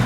频。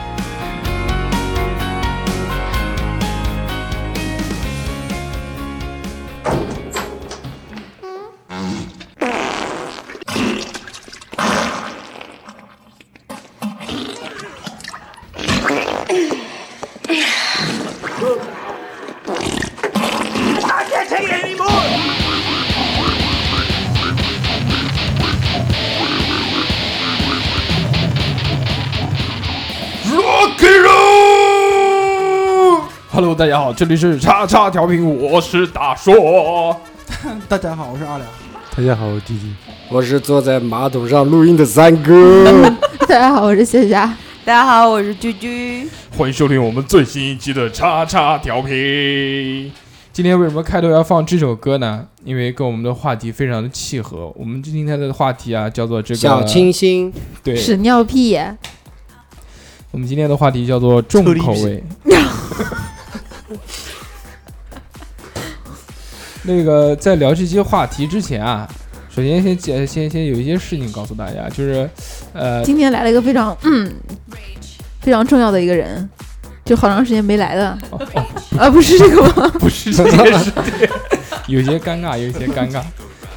I can't take it anymore! Rock and roll! Hello，大家好，这里是叉叉调频，我是大硕。大家好，我是二两。大家好，我弟弟。我是坐在马桶上录音的三哥，大家好，我是夏夏。大家好，我是居居。欢迎收听我们最新一期的《叉叉调频》。今天为什么开头要放这首歌呢？因为跟我们的话题非常的契合。我们今天的话题啊，叫做这个小清新，对，屎尿屁，我们今天的话题叫做重口味。那个在聊这些话题之前啊，首先先先先先有一些事情告诉大家，就是呃，今天来了一个非常嗯非常重要的一个人，就好长时间没来了。哦哦啊，不是这个吗？不是这件事情，有些尴尬，有些尴尬。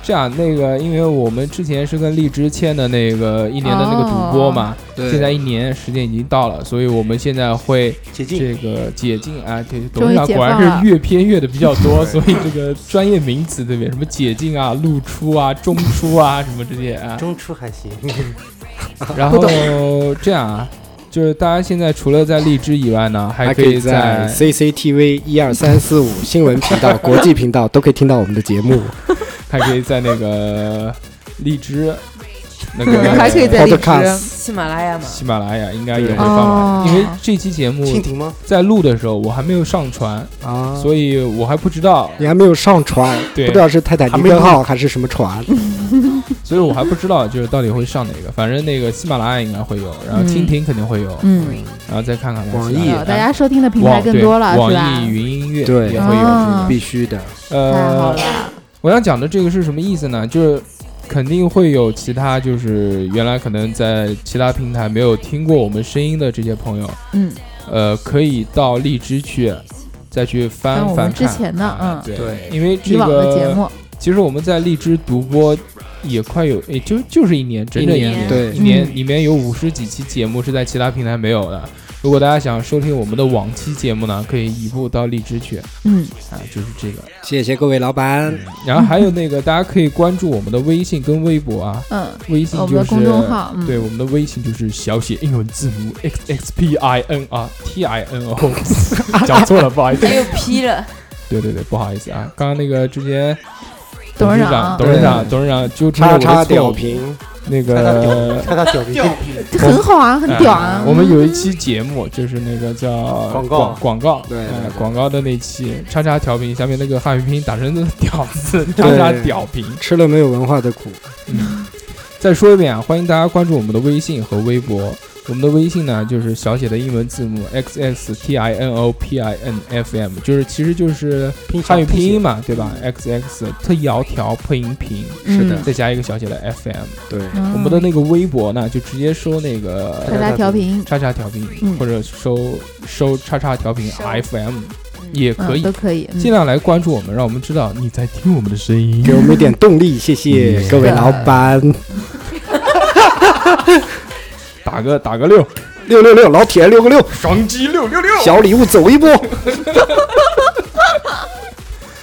这样，那个，因为我们之前是跟荔枝签的那个一年的那个主播哦嘛，对现在一年时间已经到了，所以我们现在会解禁。这个解禁啊，对，董终事于长解果放了然是越偏越的比较多，所以这个专业名词对不对？什么解禁啊、露出啊、中出啊，什么这些 啊，中出还行，然后这样啊，就是大家现在除了在荔枝以外呢，还还可可以以在 CCTV 一二三四五新闻频 道、国际频道都可以听到我们的节目。还可以在那 个荔枝，那个嗯还可以在荔枝 Podcast 喜马拉雅嘛，喜马拉雅应该也会对放完，哦因为这期节目蜻蜓吗？在录的时候我还没有上传，啊，所以我还不知道，你还没有上船，对不知道是泰坦尼克号还是什么船。所以我还不知道就是到底会上哪个。反正那个喜马拉雅应该会有，然后嗯蜻蜓肯定会有，嗯，然后再看看吧网易啊其他的大家收听的平网台更多了，对是网易吧？云音乐对也会有啊。必须的，太好呃，了，我想讲的这个是什么意思呢？就是肯定会有其他，就是原来可能在其他平台没有听过我们声音的这些朋友，嗯，呃，可以到荔枝去再去翻翻我们翻看之前的啊嗯对，因为以这往的节个目，其实我们在荔枝独播也快有，也就就是一年，整整一年，年对一嗯年里面有五十几期节目是在其他平台没有的。如果大家想收听我们的往期节目呢，可以移步到荔枝去嗯，啊，就是这个。谢谢各位老板。然后还有那个，大家可以关注我们的微信跟微博啊，嗯，微信我们就的是公众号嗯对，我们的微信就是小写英文字母 x x p i n 啊 t i n o，讲错了，不好意思。又 P 哎了，对对对，不好意思啊，刚刚那个之前董事事长，长董事长，董事长纠正 了我叉叉的吊错误。瓶，那看他个屌，呃看他屌皮，很好啊，很哎屌啊。我们有一期节目，就是那个叫广广告广告，对哎对对广告的那期，叉叉调频下面那个汉语拼音打成“屌” 字，叉叉屌评。吃了没有文化的苦。再说一遍啊，欢迎大家关注我们的微信和微博。我们的微信呢，就是小写的英文字母 x x t i n o p i n f m，就是其实就是汉语拼音嘛，对吧？x x 特摇条配音屏，是的再加一个小写的 f m。对，嗯我们的那个微博呢，就直接搜那个大家调频，叉叉调频，嗯或者搜搜叉叉调频 FM 也可嗯，以，都可以。嗯尽量来关注我们，让我们知道你在听我们的声音给。我们一点动力，谢谢嗯各位老板。打个打个六，六六六，老铁六个六，双击六六六。小礼物走一波。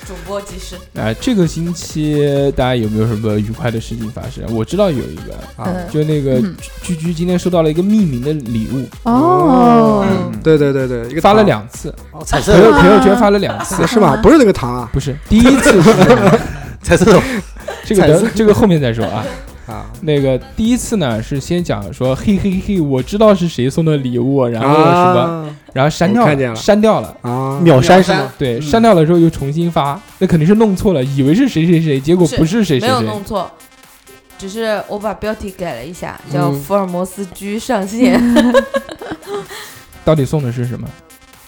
主播即时。哎，这个星期大家有没有什么愉快的事情发生？我知道有一个，啊嗯就那个嗯居居今天收到了一个匿名的礼物，哦，对对对对，一个发了糖两次，哦彩朋色友啊朋友圈发了两次，是吗？不是 那个糖啊，不是第一次是，彩色的，这个等这个后面再说啊。啊那个第一次呢是先讲说嘿嘿嘿，我知道是谁送的礼物，然后什么，啊然后删掉我看见了删掉了。啊，秒删是吗？对，嗯删掉了之后又重新发，那肯定是弄错了，以为是谁谁谁，结果不是谁谁没有谁。弄错，只是我把标题改了一下，叫嗯《福尔摩斯居上线》 到底送的是什么？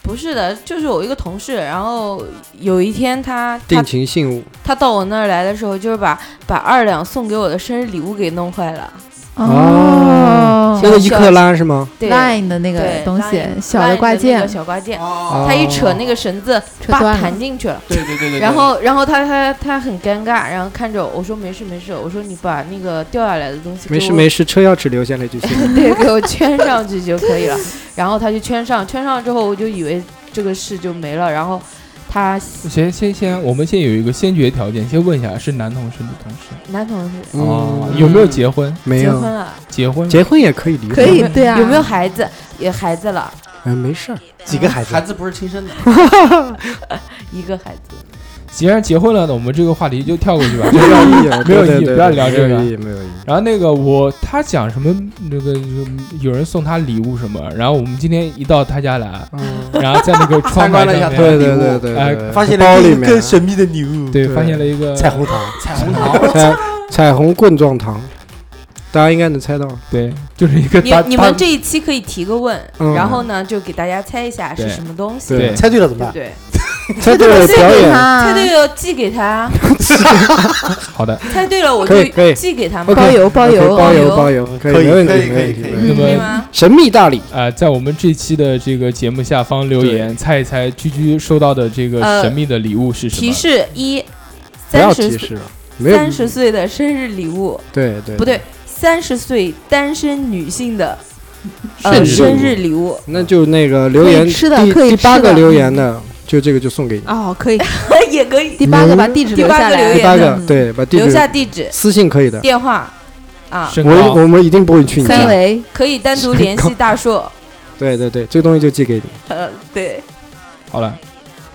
不是的，就是我一个同事，然后有一天他定他情信物他到我那儿来的时候，就是把把二两送给我的生日礼物给弄坏了。哦那个一克拉是吗？对， ，Line 的那对个东西 Line-，小的 Line 挂那个件，小挂件，哦，他一扯那个绳子，扯叭断弹了。进去了。对对对对。然后，然后他他他很尴尬，然后看着我我说没事没事，我说你把那个掉下来的东西给没事我没事，车钥匙留下来就行。 对，给我圈上去就可以了。然后他就圈上，圈上之后我就以为这个事就没了。然后他先先先，我们先有一个先决条件，先问一下是男同事女同事男同事哦嗯有没有结婚？没结婚有？了，结婚了结婚也可以离婚，可以对啊，有没有孩子？有孩子了，嗯，没事儿。几个孩子孩？子不是亲生的，一个孩子。既然结婚了，那我们这个话题就跳过 去吧。没有意义，没有对意义对不要聊这个没有意义，没有意义。 然后那个我他讲什么那个有人送他礼物什么，然后我们今天一到他家来，嗯，然后在那个窗参观台了一下上他面，对对对对哎对，发现包了里一面啊个神秘的礼物，对，对发现了一个彩，虹糖。彩虹糖，彩彩虹棍状糖，大家应该能猜到。对，就是一个你大你大们这一期可以提个问，嗯然后呢就给大家猜一下是对什么东西，对 猜对了怎对么不办？对？猜对 了表给演，猜他对了寄给 他，好的，猜对了我可以可就以寄给他嘛，包邮包邮，包邮包包邮，可以可以没问题可以没问题可以可没问那题。对么。吗？神秘大礼，呃，在我们这期的这个节目下方留言，猜一猜居居收到的这个呃神秘的礼物是什么？提示一，不要三提十示了，没有三十岁的生日礼物，对对不对，三十岁单身女性的生呃日礼物生日礼物， 那就那个留言可以吃的第可以第吃的八个留言的，就这个就送给你。哦，可以。也可以第八个把地址第留嗯八下个留来第言，八的个对，把地留址下地址、私信可以的，电话啊，身我高我们一定不会去你三家。维，可以单独联系大硕。对对对，这个东西就寄给你。呃，对，好了，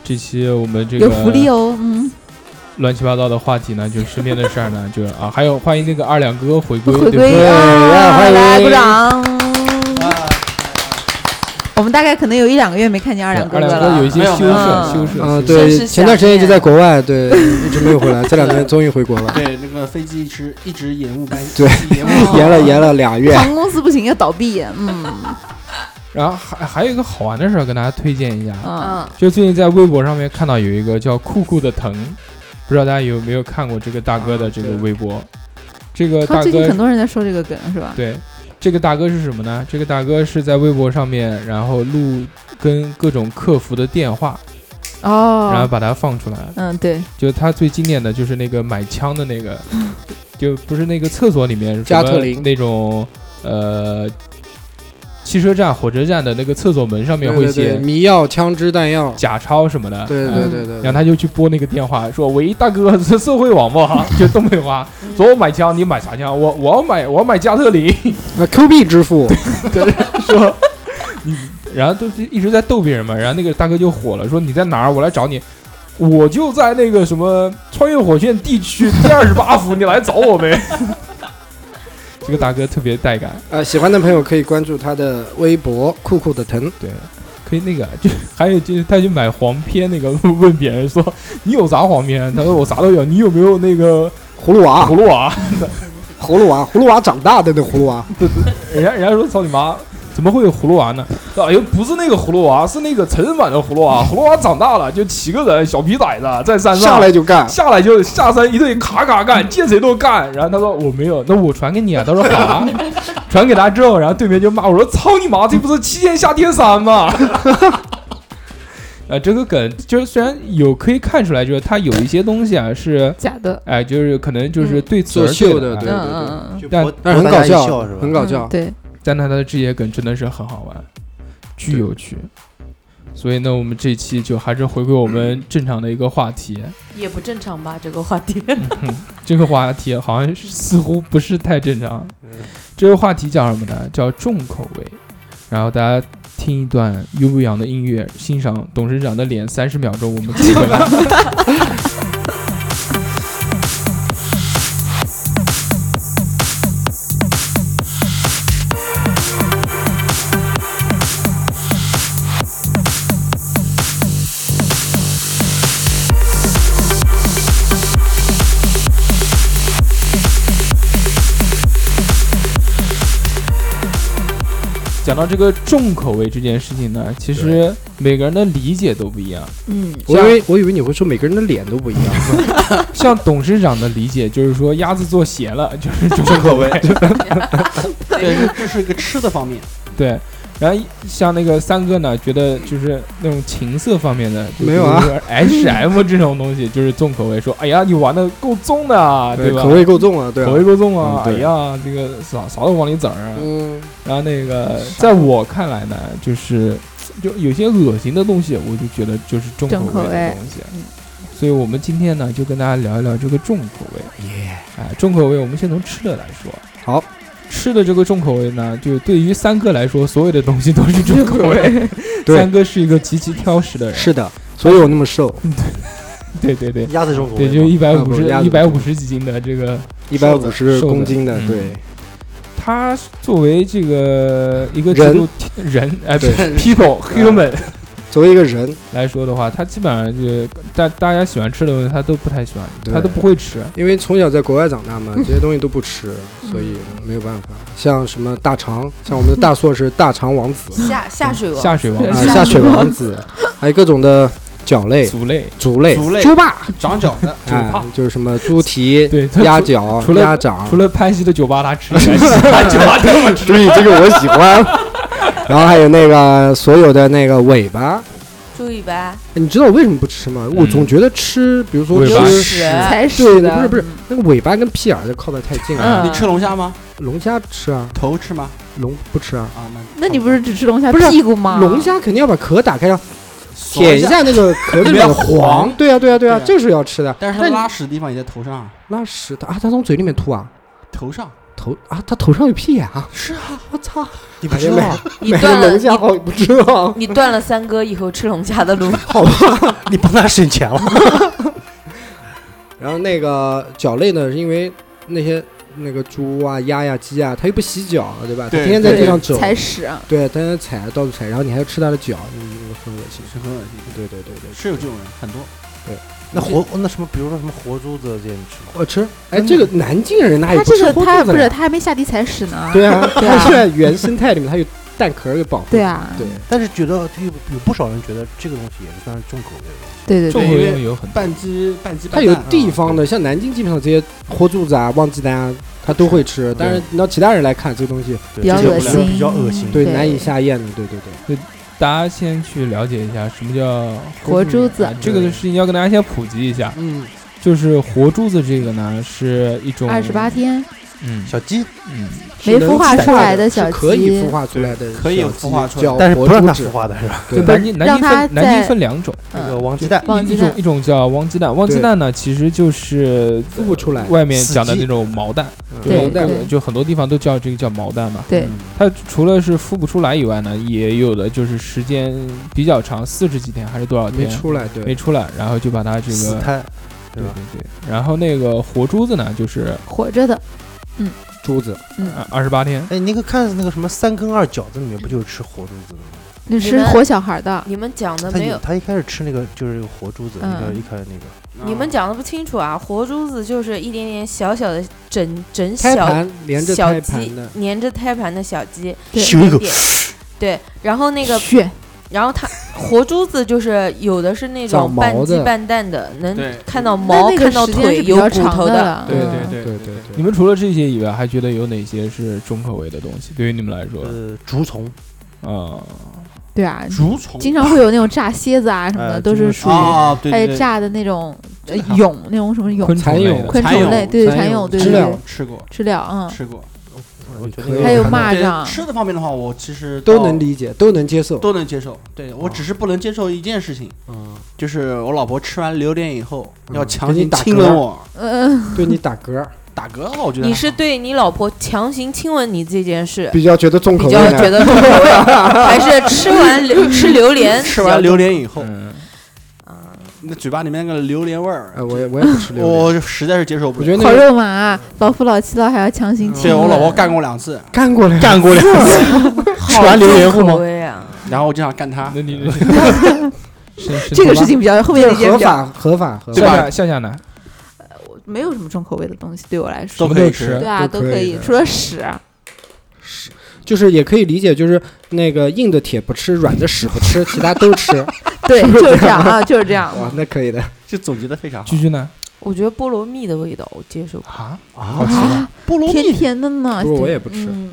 这期我们这个有福利哦。嗯，乱七八糟的话题呢，就是身边的事儿呢，就是啊，还有欢迎那个二两哥回归，回对不对归要啊！欢迎来鼓掌。啊，我们大概可能有一两个月没看见二两哥二哥两了哥有一些没有羞没有涩，嗯羞涩。啊，羞涩真对，是前段时想间一直念在国外，对，一直没有回来，这两天终于回国了，对，那个飞机一直一直延误班，对，延误 延了延了俩 月。航空公司不行要倒闭。嗯然后还还有一个好玩的事儿跟大家推荐一下，啊嗯，嗯，就最近在微博上面看到有一个叫酷酷的疼，不知道大家有没有看过这个大哥的这个微博？这个他大最近很哥多人在说这个梗是吧？对，这个大哥是什么呢？这个大哥是在微博上面，然后录跟各种客服的电话，然后哦，把它放出来。嗯，对，就他最经典的就是那个买枪的那个，就不是那个厕所里面什么嗯加特林那种呃。汽车站、火车站的那个厕所门上面对会对对，写迷药、枪支、弹药，假钞什么的，对嗯对对对然后对，他就去拨那个电话，说：“喂，大哥，这社会网吗？ 就东北话，说我买枪，你买啥枪？我我要买我要买加特林。那 Q 币支付，说你，然后都是一直在逗别人嘛。然后那个大哥就火了，说你在哪儿？我来找你。我就在那个什么穿越火线地区第二十八府，你来找我呗。这个大哥特别带感，呃，喜欢的朋友可以关注他的微博“酷酷的疼对，可以那个，就还有就是他去买黄片那个，问别人说你有啥黄片？他说我啥都有，你有没有那个葫芦娃葫，芦娃？葫芦娃，葫芦娃长大的那葫芦娃，人家人家说操你妈，怎么会有葫芦娃呢？哎呦，不是那个葫芦娃，是那个成人版的葫芦娃。葫芦娃长大了就骑个人小皮崽子在山上上来就干，下来就下山一顿卡卡干，见谁都干。然后他说我没有，那我传给你啊。他说好啊， 传给他之后，然后对面就骂我说操你妈，这不是七天下天山吗？ 呃，这个梗就是虽然有可以看出来，就是它有一些东西啊是，假的。哎、就是可能就是嗯对词而作对秀的哎对嗯嗯嗯，就但博但是很博大搞家一笑，笑是吧很搞笑。对，但他的这些梗真的是很好玩，巨有趣。所以呢，我们这期就还是回归我们正常的一个话题。也不正常吧这个话题。这个话题好像是似乎不是太正常。嗯这个话题叫什么呢？叫重口味。然后大家听一段悠悠扬的音乐，欣赏董事长的脸三十秒钟，我们接回 来。讲到这个重口味这件事情呢，其实每个人的理解都不一样。嗯，我以为我以为你会说每个人的脸都不一 样，像董事长的理解就是说，鸭子做咸了， 就是就是重口味，对这是一个吃的方面， 对。然后像那个三哥呢，觉得就是那种情色方面的，就没有啊，H M 这种东西就是重口味，说哎呀你玩的够重的啊，吧？口味够重啊，对啊口，味够重啊，哎嗯对呀这个啥啥都往里整啊。嗯，然后那个在我看来呢，就是就有些恶心的东西，我就觉得就是重重口口味的味东西嗯。所以我们今天呢，就跟大家聊一聊这个重口味。哎，重口味，我们先从吃的来说。好，吃的这个重口味呢，就对于三哥来说，所有的东西都是重口味。 对三哥是一个极其挑食的人。是的，所以我那么瘦，对对对鸭子重口味对，吗，就一百啊五不十是鸭一子百五十几斤的这个，一百五十瘦的公斤的嗯，对，他作为这个一个人制度人哎，对对嗯，people human 作为一个人，来说的话，他基本上就大大家喜欢吃的东西，他都不太喜欢，对他都不会吃。因为从小在国外长大嘛，这些东西都不吃， 所以没有办法。像什么大肠，像我们的大硕是大肠王子 下下水哦王，下水王啊，下下水王子，还有各种的脚类、族类，足类、族类猪爸，长脚 的，哎，就是什么猪蹄、对，他鸭除脚除、了鸭掌，除了潘西的酒吧他吃以 外，其他酒吧都不吃。所以这个我喜欢。然后还有那个所有的那个尾巴，猪尾巴，你知道我为什么不吃吗？我总觉得吃，比如说尾巴吃屎才对，是的，不是不是，那个尾巴跟屁眼儿就靠得太近了。嗯你吃龙虾吗？龙虾吃啊，头吃吗？龙不吃啊，啊，那那你不是只吃龙虾不是屁股吗？龙虾肯定要把壳打开，然后爽舔一，下那个壳里面的里面的黄。黄对啊对啊对对啊，啊这是要吃的。但是它拉屎的地方也在头上啊，拉屎的啊，它从嘴里面吐啊，头上头啊，它头上有屁眼啊！是啊，我操，你不知道啊，你买断个了龙虾好不知道。你断了三哥以后吃龙虾的路， 你帮他 省钱了。然后那个脚类呢，是因为那些那个猪啊、鸭呀、鸡啊，它又不洗脚，对吧？它对天天在地上走，才屎啊，对，它踩到处踩，然后你还要吃它的脚，你你很恶心。是很恶心，对对对对，是有这种人很多，那活那什么，比如说什么活珠子这些，你吃吗？我吃。哎，这个南京人哪有他这吃个哎活嗯他肚不子是的？他还没下地踩屎呢，对啊，对啊它是在原生态里面，它有蛋壳给保护。对，啊，对，但是觉得有有不少人觉得这个东西也是算是重口味的。对对重对，口味有很多。半鸡半鸡它半蛋有啊，地方的，像南京基本上这些活柱子啊、旺鸡蛋啊，它都会吃。但是你到其他人来看，这个东西对比较这些恶不是心比较恶心。对对难以下咽的。对对对，大家先去了解一下什么叫活珠子啊嗯这个事情要跟大家先普及一下，嗯，就是活珠子这个呢是一种二十八，天嗯小鸡，嗯，没孵化出来的小是可以孵鸡，化出来的，可以有孵化出来叫但是活不让它珠孵子化的是吧？对就南京南让京它分南京在分两种，那个嗯，王鸡蛋，忘一记一种一种叫汪鸡蛋，汪鸡对蛋呢其实就是孵不出来。外面讲的死鸡那种毛蛋，嗯对毛蛋对就很多地方都叫这个叫毛蛋嘛。对，它除了是孵不出来以外呢，也有的就是时间比较长，四十几天还是多少没天出来，没对，出来，然后就把它这死个胎，对对吧对对。然后那个活珠子呢，就是活着的，珠子嗯，二十八天，哎，你可看那个什么三根二饺子里面不就是吃活珠子的吗？那你是们活小孩的， 你们讲的他啊没一有，他一开始吃那个就是活珠子，嗯一个一开始那个你们讲的不清楚啊。活珠子就是一点点小小的整整胎小盘连着小胎鸡盘的，粘着胎盘的小鸡，对吸一口点对，然后那个，血，然后它活珠子就是有的是那长种毛半鸡的半蛋的，能对看到毛那那，个看到时间腿是比有骨较长头的的。了，对对嗯对对对对你们除了这些以外，还觉得有哪些是重口味的东西？对于你们来说，呃竹虫，呃啊，对啊，竹虫经常会有那种炸蝎子啊什么的，呃都是就是属于啊，对还对有对，炸的那种呃蛹，那种什么蛹昆虫蚕类蛹昆的，蚕虫蛹类，对蚕蚕蛹蛹，对知对对了，吃过知了，嗯，吃过。我觉可得以还有看到蚂蚱，吃的方面的话，我其实都到能理解，都能接受。哦都能接受。对我哦只是不能接受一件事情，嗯，就是我老婆吃完榴莲以后嗯要强给行你打亲嗝吻我，嗯，对你打嗝打嗝的话，我觉得你还是好对你老婆强行亲吻你这件事 比较觉得重比口味较觉呢，得重口味，还是吃完榴吃榴莲吃完榴莲以后，嗯，啊？那嘴巴里面那个榴莲味儿哎，，我也我也不吃榴莲，我实在是接受不我觉了。得烤那个肉麻，老夫老妻了还要强行亲对吻，我老婆干过两次，干过来干过两次，吃完榴莲好后重口吗？味啊！然后我就想干她那，你 是是这个事情比较后面这的一是件合比较法合法合夏法，夏夏夏呢？没有什么重口味的东西对我来啊都说，可以什么都吃对。啊，都都可可以以，的除了屎，就是也可以理解，就是那个硬的铁不吃，软的屎不吃，其他都吃。 对，是就是这这样样啊，就是这样。哇，那可以的。这总结的非常好居居呢？我觉得菠萝蜜的味道我接受不了，啊，啊好奇怪，菠萝甜蜜甜的呢，不过我也不吃嗯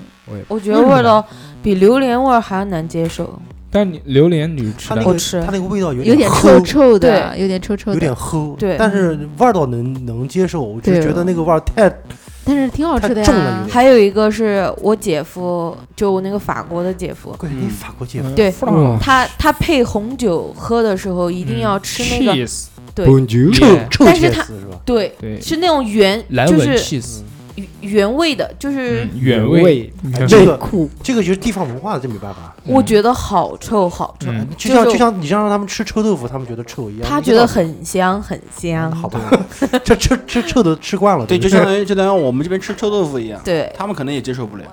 我觉得味道比榴莲味儿还要难接受。但你榴莲你吃啊它那的嗯个我吃它那个味道有有点齁臭臭的，有点臭臭有的，点齁，对嗯但是味道能能接受，我就对觉得那个味儿太但是挺好吃的太重了有呀点。还有一个是我姐夫，就我那个法国的姐夫，怪你法国姐夫，对弗嗯朗他他配红酒喝的时候一嗯定要吃那个， cheese，对 Bonjour 臭耶哎臭但是切它丝是吧？对，对，是那种原蓝就纹是 cheese，原味的，就是嗯原味，你看这内个裤这个就是地方文化，这没办法。我觉得好臭好臭，嗯就像就是就像你像让他们吃臭豆腐，他们觉得臭一样。他你知觉道得吗嗯很香很嗯香，好吧，这吃吃臭的吃惯了，对，就像相当于就等于我们这边吃臭豆腐一样，对，他们可能也接受不了。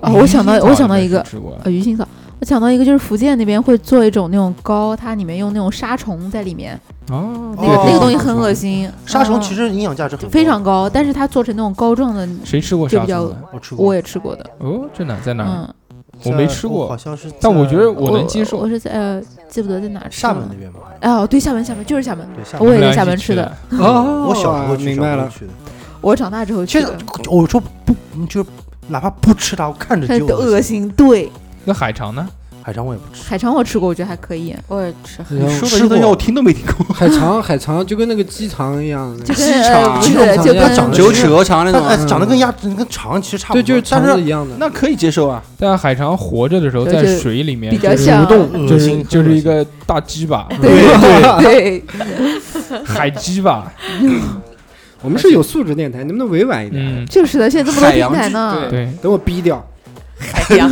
哦，我想到我想到一个，吃过呃，鱼腥草。我想到一个，就是福建那边会做一种那种糕，它里面用那种沙虫在里面，哦呃那个、那个东西哦很恶心。沙虫嗯其实营养价值很非常高，高，但是它做成那种膏状的，谁吃过就沙比较司呢？我吃过我，也吃过的。哦，真的在哪儿？嗯，我在没吃过呃好像是在，但我觉得我能接受我是在呃，记不得在哪儿吃厦门了那边吧，好像哦，对，厦门，厦门就是厦门。对厦我也门。我在们俩厦一起门吃的的，哦我小时候去明白了。小时候去的我长大之后去其实的，我说不，就是哪怕不吃它，我看着但就都恶。心。对，那海肠呢？海肠我也不吃，海肠我吃过，我觉得还可以，啊我也吃。然后说的一顿过让我听都没听过，海肠，海肠就跟那个鸡肠一样，就鸡跟呃肠不是就它跟长得九齿鹅肠那它哎 种，啊长得跟鸭跟肠其实差不对，多，就是肠但子是一样的。那可以接 受啊。但海肠活着的时候对在就水里面比就较是像蠕 动就恶是心，就是一个大鸡巴， 对，对，海鸡巴，我们是有素质电台，能不能委婉一点？嗯，就是的，现在这么多海平洋台剧呢，对。等我逼掉。海洋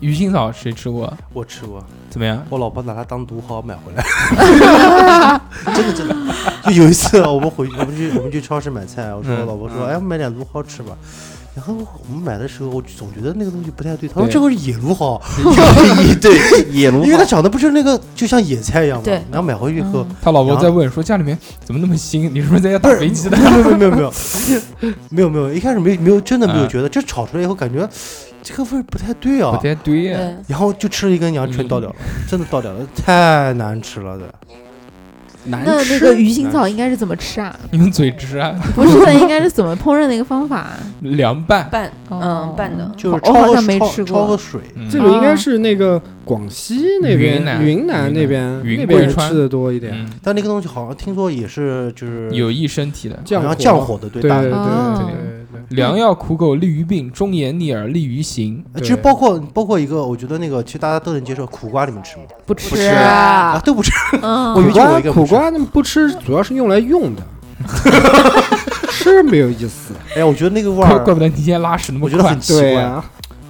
鱼腥草谁吃过？我吃过，怎么样？我老婆拿它当毒蒿买回来，真的真的。就有一次啊我们回我们去我们去超市买菜，我说我嗯老婆说，嗯哎，我们买点芦蒿吃吧。然后我们买的时候，我总觉得那个东西不太对。他说对这个是野芦蒿，对，野龙因为它长得不是那个就像野菜一样嘛。对然后买回去以后，嗯他老婆在问说家里面怎么那么腥？你是不是在家打飞机 的？ 没有没有没有没有没有没有，一开始没没有真的没有嗯觉得，这炒出来以后感觉这个味儿不太对啊不。太对呀。对然后就吃了一根，然后全倒掉了，真的倒掉了，太难吃了的。难那那吃个鱼腥草应该是怎么吃 啊？嗯你用嘴吃啊，不是的，应该是怎么烹饪的一个方法啊？嗯凉拌。拌哦嗯拌的，就是我焯好个像没吃焯过焯个水，嗯这个应该是那个广西那边、云南云南那边、云那南边贵川吃的多一点，嗯，但那个东西好像听说也是就是有益身体的。降好火像降火的，对对大对对哦对对良药苦口利于病，忠言逆耳利于行。其实包括包括一个，我觉得那个其实大家都能接受，苦瓜你们吃吗？不不吃吃啊啊，，都不吃， 嗯我以为苦就我瓜一个苦不吃瓜那么不吃，主要是用来用的，吃没有意思。哎呀，我觉得那个味怪儿怪，不得你今天拉屎那么我觉得快很。奇对啊怪。呀，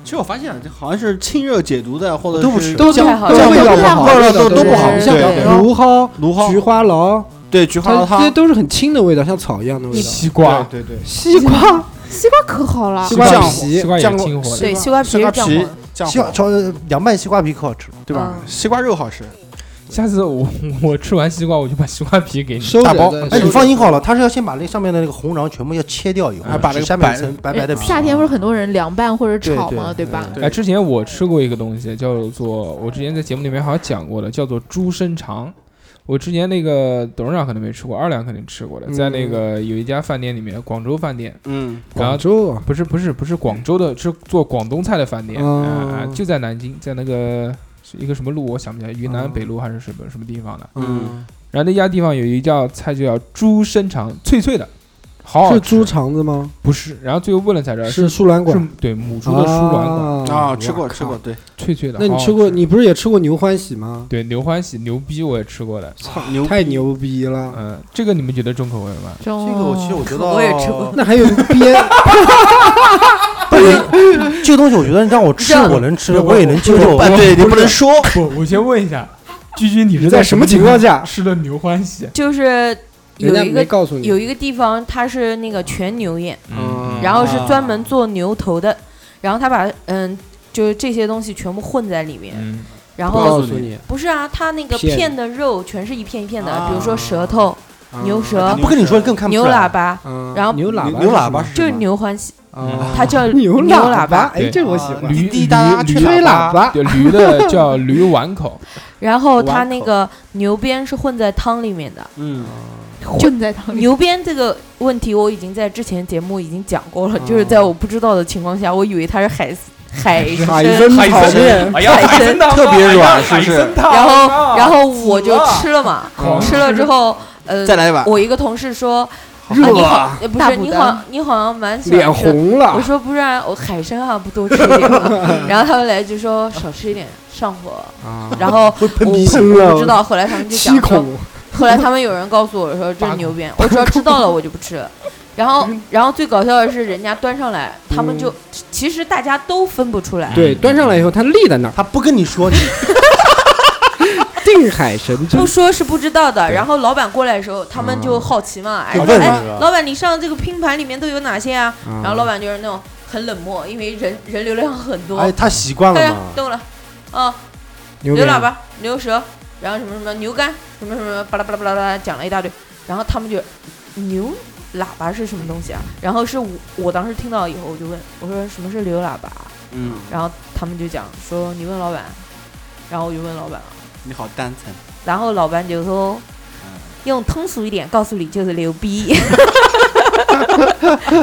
其实我发现这好像是清热解毒的，或者都不是吃都不降太好都吃降味味道道不不好好，对都不好，对像对芦蒿、芦蒿菊、花醪，对菊花它这汤、些都是很轻的味道，像草一样的味道。西瓜，对对对，西瓜，西瓜可好了西，瓜皮，瓜皮西瓜也酱是过清火的。对西瓜皮西是瓜酱皮黄，降西瓜火，炒凉拌西瓜皮可好吃了，对吧？嗯西瓜肉好吃，下次我我吃完西瓜，我就把西瓜皮给你。收大着包的。收哎，你着放心好了，他是要先把那上面的那个红瓤全部要切掉以后哎，把那个只下面白一层白白的皮。啊夏天不是很多人凉拌或者炒嘛，对对对吧？对哎，之前我吃过一个东西，叫做我之前在节目里面好像讲过的，叫做猪生肠。我之前那个董事长可能没吃过，二两肯定吃过的，在那个嗯有一家饭店里面，广州饭店，嗯，然后广州啊，不是不是不是广州的，是做广东菜的饭店，哦啊、就在南京，在那个是一个什么路我想不起来，云南北路还是什么什么地方的。嗯，然后那家地方有一道菜就叫猪生肠，脆脆的，好好嗯是吃猪肠子吗？不是，然后最后问了才知道是哦是输卵是管，对母猪的输卵管，啊，吃过哇吃过，对，脆脆的。那你好好吃过？你不是也吃过牛欢喜吗？对牛欢喜牛逼我也吃过的，操牛太牛逼了！嗯，这个你们觉得重口味吗？这这个我其实我觉得我也吃过，那还有 边不是这个东西，我觉得让我吃让我能吃，我我也能接受。啊，对你不能说， 不，我先问一下，居居你是在什么情况下？吃的牛欢喜？就是有人家一个没告诉你有，一个地方它是那个全牛宴，嗯，然后是专门做牛头的，然后他把嗯就是这些东西全部混在里面，嗯，然不告后诉你，不是啊，它那个片片的肉全是一片一片的，啊比如说舌头、啊牛舌不跟你说，更看不牛出来喇叭，啊然后牛喇叭，牛喇叭嗯是吗是就是吗牛欢喜，啊，它叫 牛喇喇叭，哎，对这我喜欢。驴滴答答驴吹驴吹喇喇叭，对驴 的叫驴碗口，然后它碗口那个牛鞭是混在汤里面的。嗯，混在汤里。牛鞭这个问题我已经在之前节目已经讲过了，就是在我不知道的情况下，我以为它是海海海参 参海炒参面，哎呀，海参汤特别软哎呀是不是海参汤然啊后然后我就吃了嘛，狂吃了之后，呃，再来一碗。我一个同事说，啊啊热你好啊，呃不大是补你的好，你好像蛮喜欢脸吃的。红啊我了，说不然我海参啊不多吃一点吗？然后他们来就说少吃一点上火，然后会喷我鼻涕我不知道，后来他们就啊七讲说，孔后来他们有人告诉我说这是牛鞭，我只要知道了我就不吃了。然后，然后最搞笑的是，人家端上来，他们就其实大家都分不出来，对，端上来以后它立在那儿，他不跟你说，你 定海神针不。说是不知道的。然后老板过来的时候，他们就好奇嘛，哎说就问哎是，吧老板你上这个拼盘里面都有哪些啊？啊嗯然后老板就是那种很冷漠，因为人人流量很多，哎，他习惯对了呀嘛，，动了，啊，牛牛鞭喇叭、牛舌，然后什么什么牛肝，什么什么巴拉巴拉巴拉巴拉讲了一大堆，然后他们就牛喇叭是什么东西啊？然后是我我当时听到以后，我就问我说什么是牛喇叭？嗯，然后他们就讲说你问老板，然后我就问老板了，你好单纯。然后老板就说 嗯。用通俗一点告诉你就是牛逼，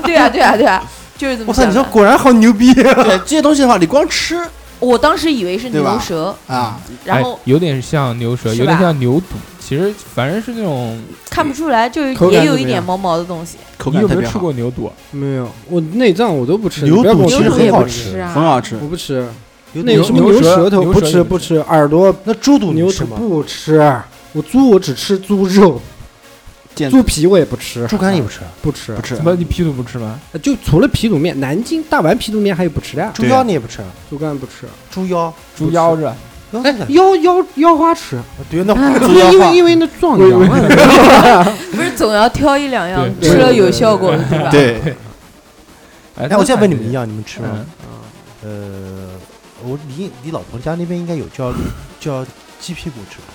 对啊对啊对啊，就是这么我操，讲你说的。果然好牛逼对这些东西的话，你光吃我当时以为是对吧牛舌，啊，然后哎有点像牛舌，是有点吧像牛肚，其实反正是那种。看不出来，就是口感也怎有么一点样毛毛的东西。口你感有没特有别吃好，过牛肚？啊没有，我内脏我都不吃，牛你不要肚跟我其说实也很不好吃吃啊，很好吃我。不吃，那那有牛什么牛舌舌头牛不舌吃也不不吃，耳朵 那猪肚牛肚你吃吗？不吃，我猪我只吃猪肉，见 猪皮我也不吃，猪肝也不吃，啊不吃呃不，吃怎，么你屁股不吃吗？就除了皮肚面，南京大碗皮肚面还有不吃的啊呀，猪腰你也不吃，啊猪肝不吃，猪腰猪腰子，啊腰哎子， 腰腰腰花吃，对，那不猪是腰啊因花为因为那壮阳啊，不是总要挑一两样对吃了对有对效对果的，对吧？啊对，哎，哎，我现在问你们一样，样，你们吃吗嗯？呃，我你你老婆家那边应该有 叫叫鸡屁股吃吧？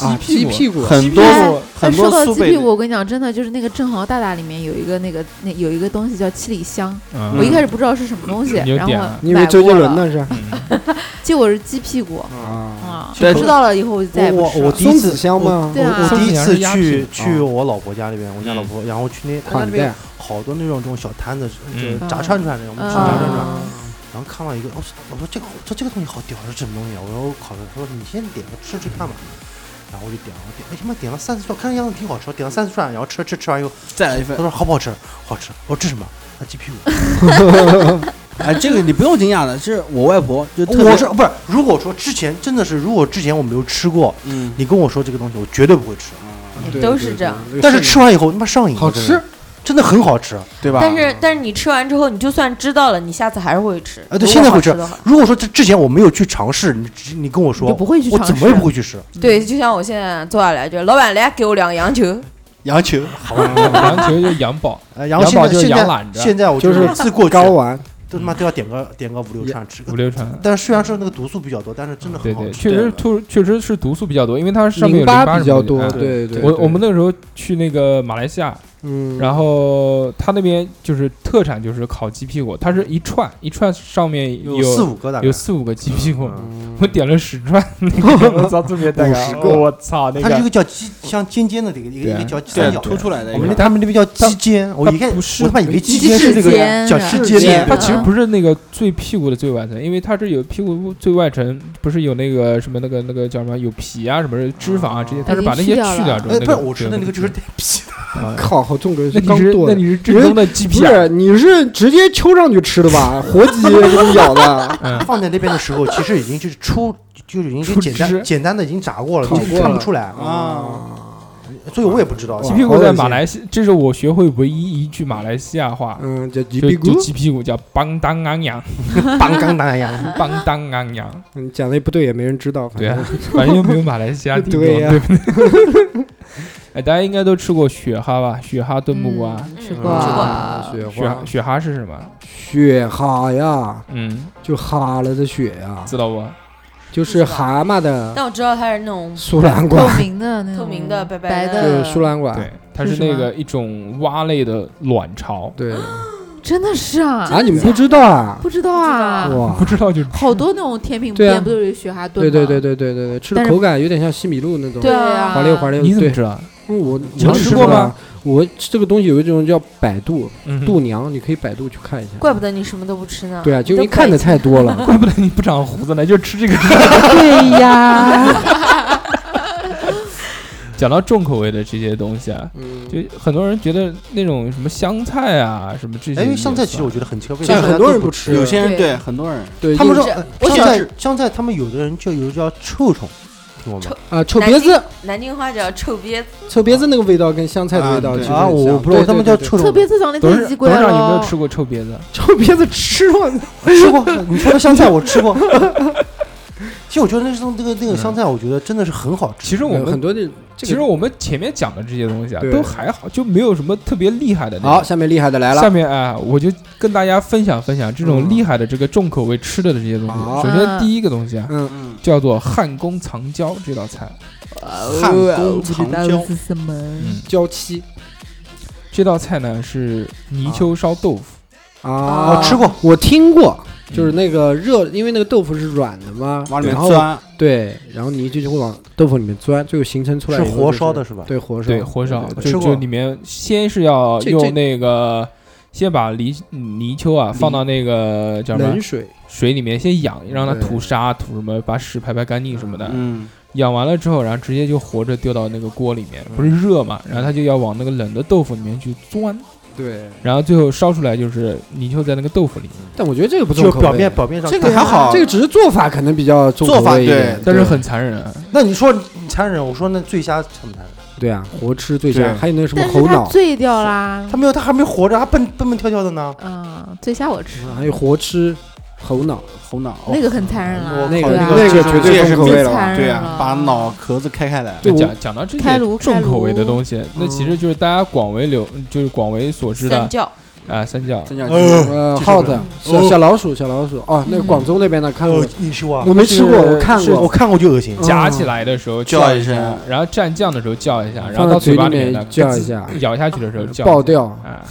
啊鸡屁屁股，很多哎多很说多到苏鸡贝屁股，我跟你讲，真的就是那个正好大大里面有一个那个那有一个东西叫七里香，嗯我一开始不知道是什么东西，你就然后点我了你以为买周杰过伦了那是嗯结果是鸡屁股啊，啊，对知道了以后我就再也不我吃我了。第一松次子香吗？对啊我，第一次鸭屁去股去我老婆家那边，我家老婆，然后去那她那款边待好多那种这种小摊子，就嗯炸串串那种，我们吃炸串串。啊，然后看到一个，我说我说这个我说这个东西好屌，是什么东西啊？我说我靠，他说你先点个吃吃看吧。然后我就点了，我点，哎他妈点了三四串，看样子挺好吃，点了三四串，然后吃吃吃完以后，再来一他份。说好不好吃？好吃。我说这什么？啊鸡屁股。哎，这个你不用惊讶的，是我外婆就特别我是不是？如果说之前真的是，如果之前我没有吃过，嗯，啊你跟我说这个东西，我绝对不会吃。对都对是对这样对但是吃完以后他妈上瘾了，好真的吃，，真的很好吃。对吧？但是但是你吃完之后，你就算知道了，你下次还是会吃。啊对如果现在好会吃吃的话，如果说这之前我没有去尝试，你只你跟我你就说不，会去我尝试。怎么也不会去吃。对，就像我现在坐下来，就老板来给我两个羊球，羊球，好啊吧，羊球就羊宝，呃然后现羊宝在就是现羊在懒着现在我就是每次过去睾丸都他妈都要点个点个五六串吃个五，六串。但是虽然说那个毒素比较多，但是真的对很好对，吃。确实突确实是毒素比较多，因为它上面有淋巴巴比什么的较多，哎对对。我对我们那个时候去那个马来西亚，嗯，然后他那边就是特产就是烤鸡屁股，它是一串一串上面有四五个大概有，四五个鸡屁股，嗯 我点了十串，那个我操，特别大五十概，个我操那它是一个。个叫鸡，像尖尖的这个一个对啊一个叫鸡对三角凸。出来的一我们那个，他们那边叫鸡尖，我一开它始不是我他妈以为鸡鸡尖是那翅个尖叫是鸡吧尖尖 尖，它其实 嗯不是那个最屁股的最外层，因为它这有屁股最外层，不是有那个什么那个那个叫什么有皮啊什么脂肪啊这些，它是把那些呃已经去掉了去掉之后。哎，不个是我吃的那个就是带皮的，啊靠，好重口味，那刚你是剁那的。你是正宗的鸡不屁啊？是，你是直接揪上去吃的吧？活鸡给你咬的，啊嗯，放在那边的时候，其实已经就是出，就是已经是出简汁单简单的已经炸过了，烤就是过看了不出来啊。所以我也不知道，鸡哇 屁股好恶在心马来西，这是我学会唯一一句马来西亚话，嗯，叫鸡就屁就股。鸡屁股叫邦当昂 扬，邦刚当然邦当昂 扬，嗯，讲的也不对，也没人知道，反对啊正。，反正又没有马来西亚地方，对呀对不对？ 哎，大家应该都吃过雪蛤吧？雪蛤炖木瓜，嗯吃嗯过啊啊，雪雪花蛤，雪蛤是什么？雪蛤呀，嗯，就蛤了的雪呀，知道不？就是蛤蟆的但我知道它是那种苏兰透管，明的那种透明的白白白的啊就是的苏兰管，对，它是那个一种蛙类的卵巢，对，真的是啊，啊，你们不知道啊？不知道啊，哇 不，知道就好多那种甜品对啊店不都是雪蛤炖对吗？对对对对对对，吃的但是口感有点像西米露那种，对啊啊，滑溜滑溜。你怎么对，知道？因为我你们尝试吃过了吗？我这个东西有一种叫百度嗯度娘，你可以百度去看一下。怪不得你什么都不吃呢。对啊，就你因都为看的怪太多 了。怪不得你不长胡子呢，就吃这个。对呀，讲到重口味的这些东西啊，嗯，就很多人觉得那种什么香菜啊，什么这些，哎，香菜其实我觉得很奇怪，为 什但么是大家很多都人不不吃？吃，有些人对对，很多人 对他们就是说是呃我香喜欢菜，香菜他们有的人就有叫臭虫，听过臭吗？啊，臭南鼻子京，南京话叫臭鳖子，臭鼻子那个味道跟香菜的味道啊其对实很啊，像我不知道，对他们对叫对臭臭虫。鳖子长得董太事董奇怪事了。长有没有吃过臭鳖子？臭鼻子吃了，吃过，你说的香菜我吃过。其实我觉得那种那个那个香菜，我觉得真的是很好吃。其实我有很们多的。其实我们前面讲的这些东西啊，对都还好，就没有什么特别厉害的那种。好，下面厉害的来下了，面啊，我就跟大家分享分享这种嗯厉害的这个重口味吃的这些东西。好首先嗯第一个东西啊，嗯，嗯，叫做汉宫藏椒这道菜。汉宫藏椒是什么？嗯娇妻这道菜呢是泥鳅烧豆腐，啊，吃过，我听过，啊就是那个热，因为那个豆腐是软的嘛，往里面然后钻，对，然后泥就就会往豆腐里面钻，最后形成出来是以后活就是烧的，是吧？对，火烧，对，火烧，对对就吃过就里面先是要这这用那个。先把泥泥鳅啊放到那个叫什对么冷水，水里面先养，让它对吐沙吐什么，把屎排排干净什么的。嗯，养完了之后，然后直接就活着丢到那个锅里嗯面，不是热嘛，然后它就要往那个冷的豆腐里面去钻，对，然后最后烧出来就是泥鳅在那个豆腐里，但我觉得这个不重就口味，表面表面上这这个还好这个只是做法可能比较重口做法味一点，对但是很残忍啊。那你说你残忍，我说那醉虾残不残忍？对啊，活吃最对香，还有那什么但是猴它脑，醉掉啦他。没有，他还没活着，还笨笨笨跳跳的呢。嗯，醉虾我吃，还有活吃猴脑，猴脑，那个很残忍啦我，那个对啊那个绝对这也是重口必味了吧太对残忍啊了，把脑壳子开开来，对我讲讲到这 开些颅重口味开颅的东西，那其实就是大家广为流，就是广为所知的三教。啊，三 角。真叫呃，这是耗什子么，小小老鼠，小老鼠，哦，那个嗯广州那边的看过哦，，你吃过啊？我没吃过，是我看是我过，看过就恶嗯心。夹起来的时候叫叫一声下，然后蘸酱的时候叫一下，然后放到到嘴嘴巴里里面面呢叫一下，咬下去的时候叫一下爆掉，啊，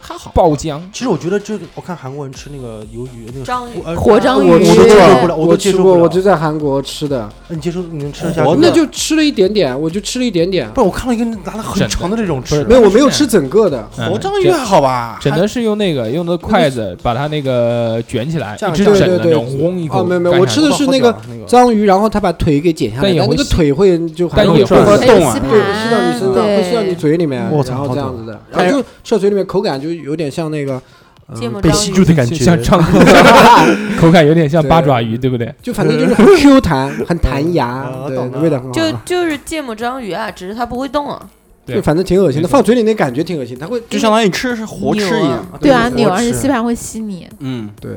还好，爆浆。其实我觉得这个，我看韩国人吃那个鱿鱼，那个章鱼呃活章鱼我我吃都接受过，不了，都我接吃受过，不我了。就在韩国吃的，你接受，你能吃得下去活吗？的哦那就吃了一点点，我就吃了一点点，不是，我看到一个拿了很长的那种吃不没是，有，我没有吃整个的，嗯活章啊鱼还好吧？整的是用那个用那个筷子把它那个卷起来，这样一只这整样的，对对对然后嗡一口哦干没下有去。没有我吃的是那个章鱼，然后他把腿给剪下来，但也但会那个腿会就但还会也会动转动啊吸，对，吸到你身上，会吸到你对，嘴里面，嗯我然操后好这样痛子的，但然后就吃到嘴里面口感就有点像那个，嗯芥末被章吸鱼住 的感觉，像张口，口感有点像八爪鱼，对不对？就反正就 是很 Q 弹，很弹牙嗯，啊对，懂了味道很好。就就是芥末章鱼啊，只是它不会动啊。对就反正挺恶心的，没错放嘴里那感觉挺恶心，它会就相当于你吃是活吃一样，对啊，对扭，活而且吃吸盘会吸你，嗯，对，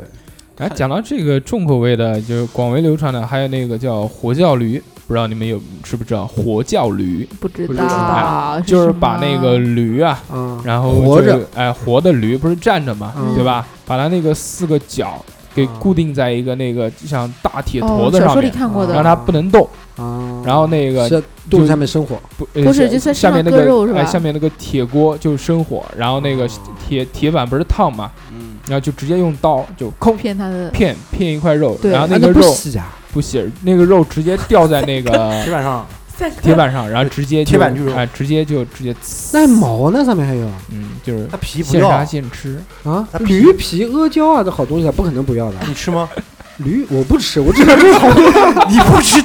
然哎后讲到这个重口味的，就是广为流传的，还有那个叫活叫驴，不知道你们有吃不知道？活叫驴不知不知道道，啊就是什么啊把那个驴啊，嗯，然后活着就是，哎，活的驴不是站着嘛，嗯对吧？把它那个四个角给固定在一个那个就像大铁坨哦，子小上说里面，嗯看过让的，它不能动。啊，然后那个是肚子上面生火，不呃不是下就下在身上面那割个肉是吧哦哎，下面那个铁锅就生火，然后那个铁铁板不是烫嘛，嗯，然后就直接用刀就空骗他的片片一块肉，对然后啊那个不肉洗啊，不洗，那个肉直接掉在那 个铁板上铁板上，然后直接就铁板巨肉哎，直接就直接，那毛呢？上面还有嗯，就是它皮不现杀要，现吃。啊它，皮驴皮、阿胶啊，这好东西啊，不可能不要的。你吃吗？驴我不吃，我知道这是好， 你不吃，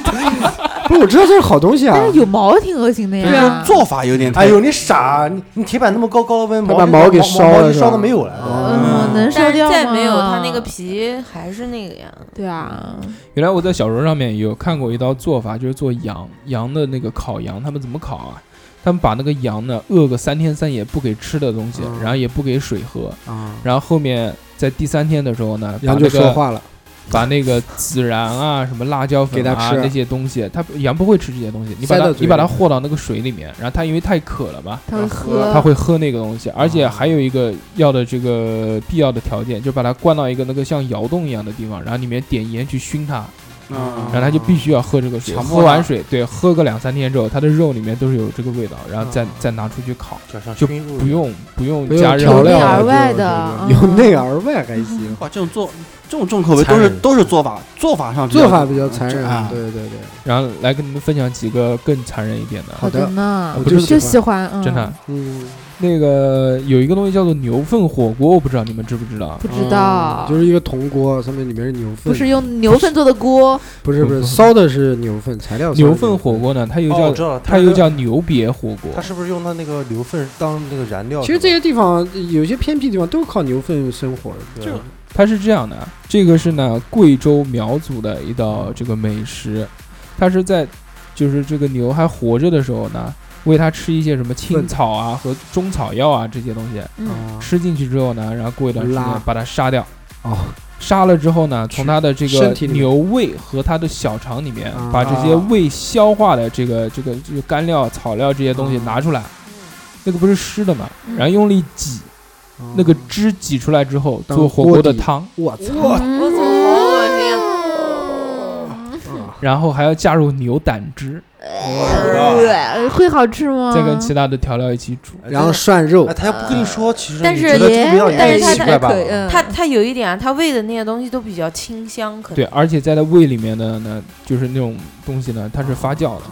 不是我知道这是好东西啊但。是有毛挺恶心的这个呀。啊做法有点太哎呦，你傻！你你铁板那么高高的温，他毛把就毛给烧烧毛了就是吧烧的没有了都。嗯，能烧但是掉吗？再没有它那个皮还是那个样。对啊，原来我在小说上面有看过一道做法，就是做羊羊的那个烤羊，他们怎么烤啊？他们把那个羊呢饿个三天三夜不给吃的东西，嗯然后也不给水喝，啊，然后后面在第三天的时候呢，把羊那就说个话了，把那个孜然啊、什么辣椒粉给啊它吃那些东西，它羊不会吃这些东西，你把塞到它嘴里你把它和到那个水里面，然后它因为太渴了嘛，他会喝，它会喝那个东西，而且还有一个要的这个必要的条件，就把它灌到一个那个像窑洞一样的地方，然后里面点盐去熏它，嗯然后他就必须要喝这个水，强迫喝他完水，对，喝个两三天之后，它的肉里面都是有这个味道，然后再嗯再拿出去烤，就像就熏入不用不用不用加任调何内料而了外就的由嗯内而外还行，哇，这种做这种重口味都残是忍都是做法做法上做法比较残忍嗯啊，。对对对，然后来跟你们分享几个更残忍一点的，好的的呢我，不是就喜喜欢，嗯真的，嗯，那个有一个东西叫做牛粪火锅，我不知道你们知不知道不知道嗯，就是一个铜锅，上面里面是牛粪，不是用牛粪做的锅，不是不不是是烧的是牛粪材料烧的，牛粪火锅呢？它又哦，我知叫、道了，它是又叫牛瘪火锅他，是不是用他那个牛粪当那个燃料？其实这些地方有些偏僻地方都是靠牛粪生活的，对吧它是这样的，啊这个是呢贵州苗族的一道这个美食，它是在就是这个牛还活着的时候呢，喂它吃一些什么青粪草啊和中草药啊这些东西，嗯，吃进去之后呢，然后过一段时拉间把它杀掉。哦，杀了之后呢，去从它的这个身体里面牛胃和它的小肠里面啊，把这些未消化的这个这个这个干料、草料这些东西嗯拿出来，那个不是湿的嘛，嗯然后用力挤，哦那个汁挤出来之后当做火锅的锅底汤，我操，我我操，好恶心啊！啊然后还要加入牛胆汁，对，会好吃吗？再跟其他的调料一起煮。哎然后涮肉哎，，他要不跟你说，其实但你是觉得也这个味道也是它但太奇怪吧可以？嗯它它有一点啊，它喂的那些东西都比较清香，可能对，而且在它胃里面的呢，就是那种东西呢，它是发酵的。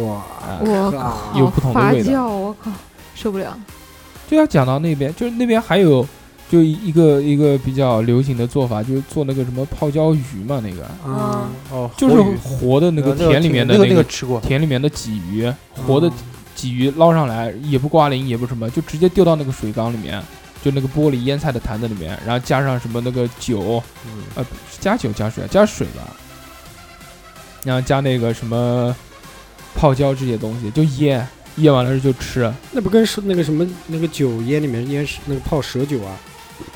哇，我靠靠，有不同的发味道酵，我靠，受不了。就要讲到那边，就是那边还有就一个一个比较流行的做法，就是做那个什么泡椒鱼嘛，那个嗯啊，哦，就是活鱼活的那个呃那田里挺面的那个那嗯个个吃过，田里面的鲫鱼，活嗯的鲫鱼捞上来也不刮鳞也不什么，就直接丢到那个水缸里面，就那个玻璃腌菜的坛子里面，然后加上什么那个酒，嗯呃，不是加酒加水啊，加水吧，然后加那个什么泡椒这些东西，就腌腌完了就吃，那不跟是那个什么那个酒烟里面烟那个泡蛇酒啊，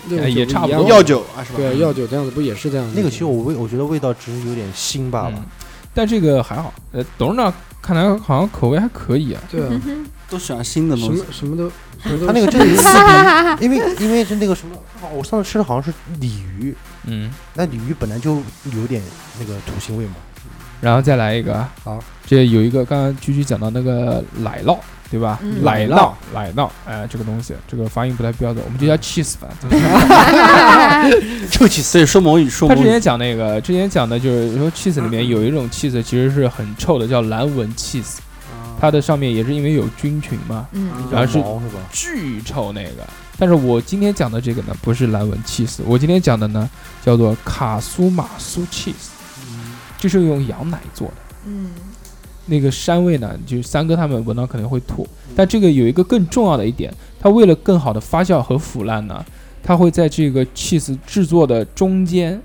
那种哎也酒差不一样多吗药酒啊是吧？对药酒这样子不也是这样子吗？那个其实我味，我觉得味道只是有点腥罢了嗯。但这个还好，呃，董事长看来好像口味还可以啊。对啊，嗯都喜欢新的什东西么。什么都什么都他那个就是哈哈哈嗯哈因为因为是那个什么，哦我上次吃的好像是鲤鱼，嗯，那鲤鱼本来就有点那个土腥味嘛。然后再来一个啊，好，这有一个刚刚居居讲到那个奶酪，对吧？嗯奶酪，奶酪，哎，这个东西，这个发音不太标准，我们就叫 cheese 吧。臭气所以说母语说他母之语前讲那个，之前讲的就是说 cheese 里面有一种 cheese 其实是很臭的，叫蓝纹 cheese，它的上面也是因为有菌群嘛，嗯，然后是毛是吧？巨臭那个。但是我今天讲的这个呢，不是蓝纹 cheese，我今天讲的呢叫做卡苏马苏 cheese，这是用羊奶做的。嗯，那个膻味呢，就是三哥他们闻到可能会吐。嗯但这个有一个更重要的一点，它为了更好的发酵和腐烂呢，它会在这个 cheese 制作的中间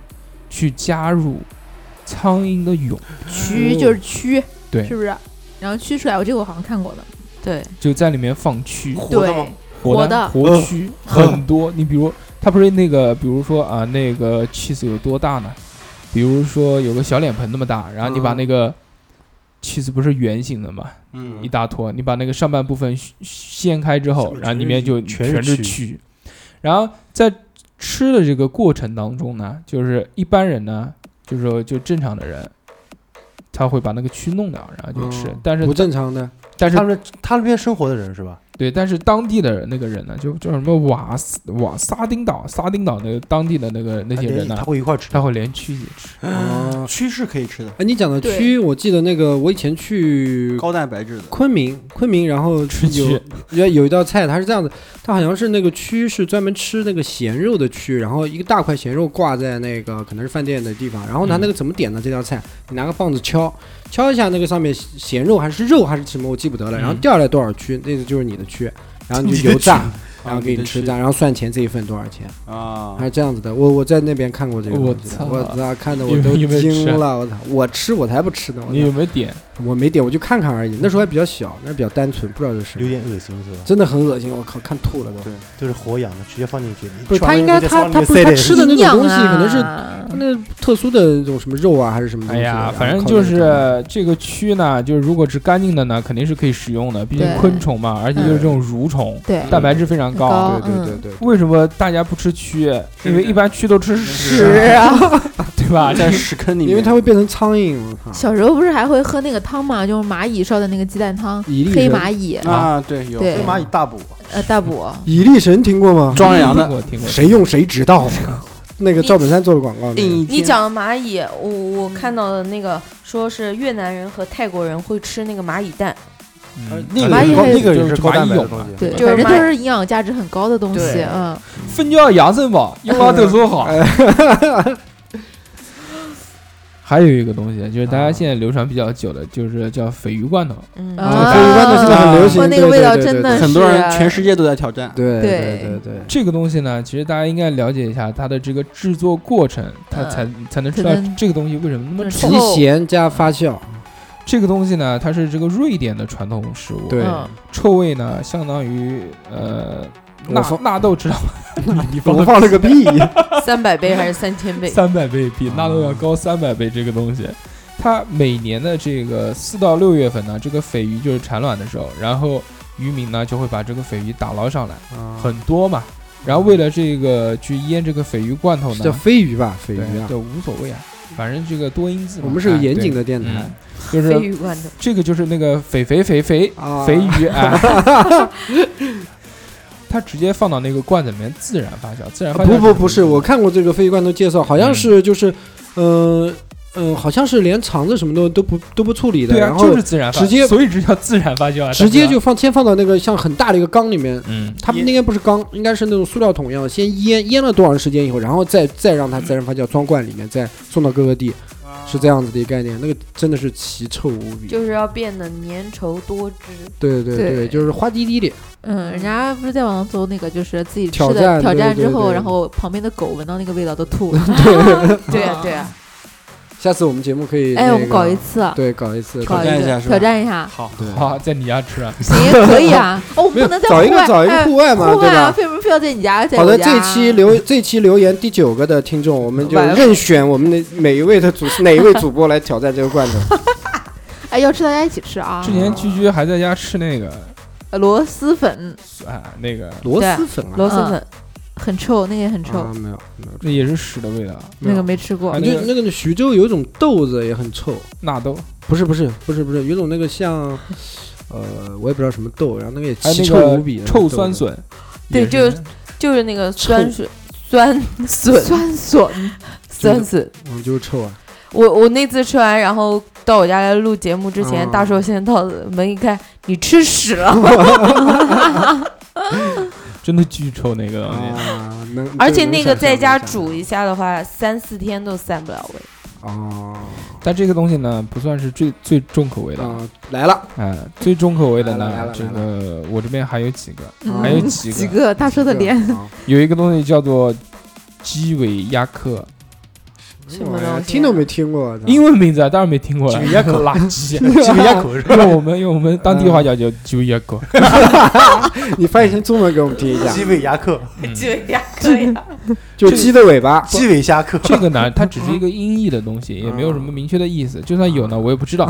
去加入苍蝇的蛹，蛆就是哦蛆，对是不是？然后蛆出来，我这个我好像看过的，对就在里面放蛆，活的吗对，哦活活的活蛆很多。你比如它不是那个，比如说啊，那个 cheese 有多大呢？比如说有个小脸盆那么大，然后你把嗯那个 cheese 不是圆形的嘛，一嗯，大坨，你把那个上半部分掀掀开之后，面然后全里是面就全全是是蛆，然后在吃的这个过程当中呢，就是一般人呢，就是说就正常的人，他会把那个蛆弄掉，然后就吃，嗯但是不正常的，但是他们他那边生活的人是吧？对，但是当地的那个人呢，就叫什么瓦斯瓦沙丁岛沙丁岛那个当地的那个那些人啊他呢，会一块吃。他会连蛆一起吃，哦蛆是可以吃的，哎，你讲的对蛆，我记得那个我以前去高蛋白质的。昆明，昆明，然后吃有蛆 有有一道菜，它是这样的，它好像是那个蛆是专门吃那个咸肉的蛆，然后一个大块咸肉挂在那个可能是饭店的地方，然后拿嗯那个怎么点呢？这道菜，你拿个棒子敲，敲一下那个上面咸肉还是肉还是什么，我记不得了，然后嗯掉下来多少蛆，那个就是你的蛆，然后你你就的油炸，蛆然后给啊你你的吃蛆掉，然后算钱这一份多少钱，啊还，是这样子的。我我在那边看过这个东我西的，操我操，看的我你都你没吃惊啊了，我操，我吃我才不吃呢，我你操有没有点？我没点，我就看看而已。那时候还比较小，那比较单纯，不知道是什有么，点恶心是吧？真的很恶心。我靠，看吐了都。对就是活养的，直接放进去。不是吃完他应该了之后他他再放不是那他个塞里吃的那种东西，可能是是那特殊的那种什么肉啊，还是什么东哎西的？然呀，后反正靠就那个是这个蛆呢，就是如果是干净的呢，肯定是可以食用的，毕竟对昆虫嘛，而且又是这种蠕虫，对，蛋白质非常高。高找，对对对嗯对对，为什么大家不吃蛆？是因为一般蛆都吃屎，是啊。 对 吧？在屎坑里面，因为它会变成苍蝇。我靠小时候不是还会喝那个汤嘛，就是蚂蚁烧的那个鸡蛋汤，蚁力黑人蚂蚁，啊，对，有对黑蚂蚁大补，呃，大补，蚁力神听过吗？壮阳听的。过听过。谁用谁知道。那个赵本山做的广告，那个硬一你天讲的蚂蚁，我我看到的那个说是越南人和泰国人会吃那个蚂蚁蛋，嗯那蚂蚁高还有呃那个也是就高蚂蛋蚁白的蛹东嘛西，对，就是反正蚂都蚁是营养价值很高的东西，对嗯，分就要养肾 宝，用拉特说哎好。 还有一个东西，就是啊大家现在流传比较久的，就是叫鲱鱼罐头。嗯，啊鲱鱼罐头现在很流行，哦那个对味对道对真对的对很多人是啊全世界都在挑战，对对对对，这个东西呢，其实大家应该了解一下它的这个制作过程，它嗯才才能知才道能这个东西为什么那么嗯臭。后提咸加发酵，这个东西呢，它是这个瑞典的传统食物，对，嗯臭味呢相当于呃我纳放纳豆知道吗？你放我的放了个屁， 三百倍还是三千倍？三百倍，嗯比纳豆要高三百倍。这个东西，它每年的这个四到六月份呢，这个鲱鱼就是产卵的时候，然后渔民呢就会把这个鲱鱼打捞上来，嗯嗯很多嘛。然后为了这个去腌这个鲱鱼罐头是呢，叫飞鱼吧，飞对鱼啊，对无所谓啊，反正这个多音字嘛。我们是个哎严对谨的电嗯台，就是鲱鱼罐头，这个就是那个肥肥肥肥啊肥鱼 啊，它直接放到那个罐子里面自然发酵，自然啊发酵不是什么不意思。不是，我看过这个鲱鱼罐头介绍，好像是就是，嗯嗯，好像是连肠子什么都都不都不处理的，对啊然，后就是自然发酵，直接所以这叫自然发酵啊，直接大哥就放先放到那个像很大的一个缸里面。嗯，它腌应该不是缸，应该是那种塑料桶一样，先腌腌了多长时间以后，然后再再让它自然发酵，装罐里面，再送到各个地，啊是这样子的一个概念。那个真的是奇臭无比，就是要变得粘稠多汁。啊对对对对，就是花滴滴的，嗯，人家不是在网上搜那个，就是自己吃挑的战挑战对之对后，对然后旁边的狗闻到那个味道都吐了。对啊，对啊，下次我们节目可以、那哎，个我们搞一，次，对，搞一次，搞挑战一一下次，是吧挑战一 下，好，好，在你家吃啊，行，可以啊。哦，我们没有不能在找一个户外找一哎个户外嘛，户对外啊，吧？为什么非要在你家？在好的，我家这期留这期留言第九个的听众，我们就完了任选我们的每一位的主哪一位主播来挑战这个罐头。哎，要吃大家一起吃啊之。前居居还在家吃那个螺蛳粉啊那个， 螺对蛳嗯粉啊，螺蛳嗯粉，很臭，那个也很臭啊，没有没有，那也是屎的味道，那个没吃过啊。就那个徐州有一种豆子也很臭，纳豆，不是不是不是不是，有种那个像。呃，我也不知道什么豆，然后那个也还有奇那臭个无比的那个豆臭子，酸笋，对也就是就是那个酸笋，酸笋， 酸笋，酸笋。嗯，就是臭 啊！我我那次吃完，然后到我家来录节目之前，嗯大寿先到门一开，你吃屎了，真的巨臭那个东西。啊，能，而这且能那想个象在能家想煮一下的话，三四天都散不了味。哦，但这个东西呢，不算是最最重口味的，啊，来了，啊，最重口味的来了来呢，了这来个我这边还有几个，嗯还有几几个，个大叔的脸，啊有一个东西叫做鸡尾鸭克，什么哎呀东西听都没听过，英 为文名字啊，当然没听过了，鸡尾鸭克垃 圾。鸡尾鸭口是吧？ 用我们用我们当地嗯话讲叫鸡尾鸭克，你翻译成中文给我们听一 下，鸡尾鸭克，嗯对呀，可以。啊就鸡的尾巴，鸡尾虾克，这个呢，它只嗯是一个音译的东西，也没有什么明确的意思。就算有呢，我也不知 道。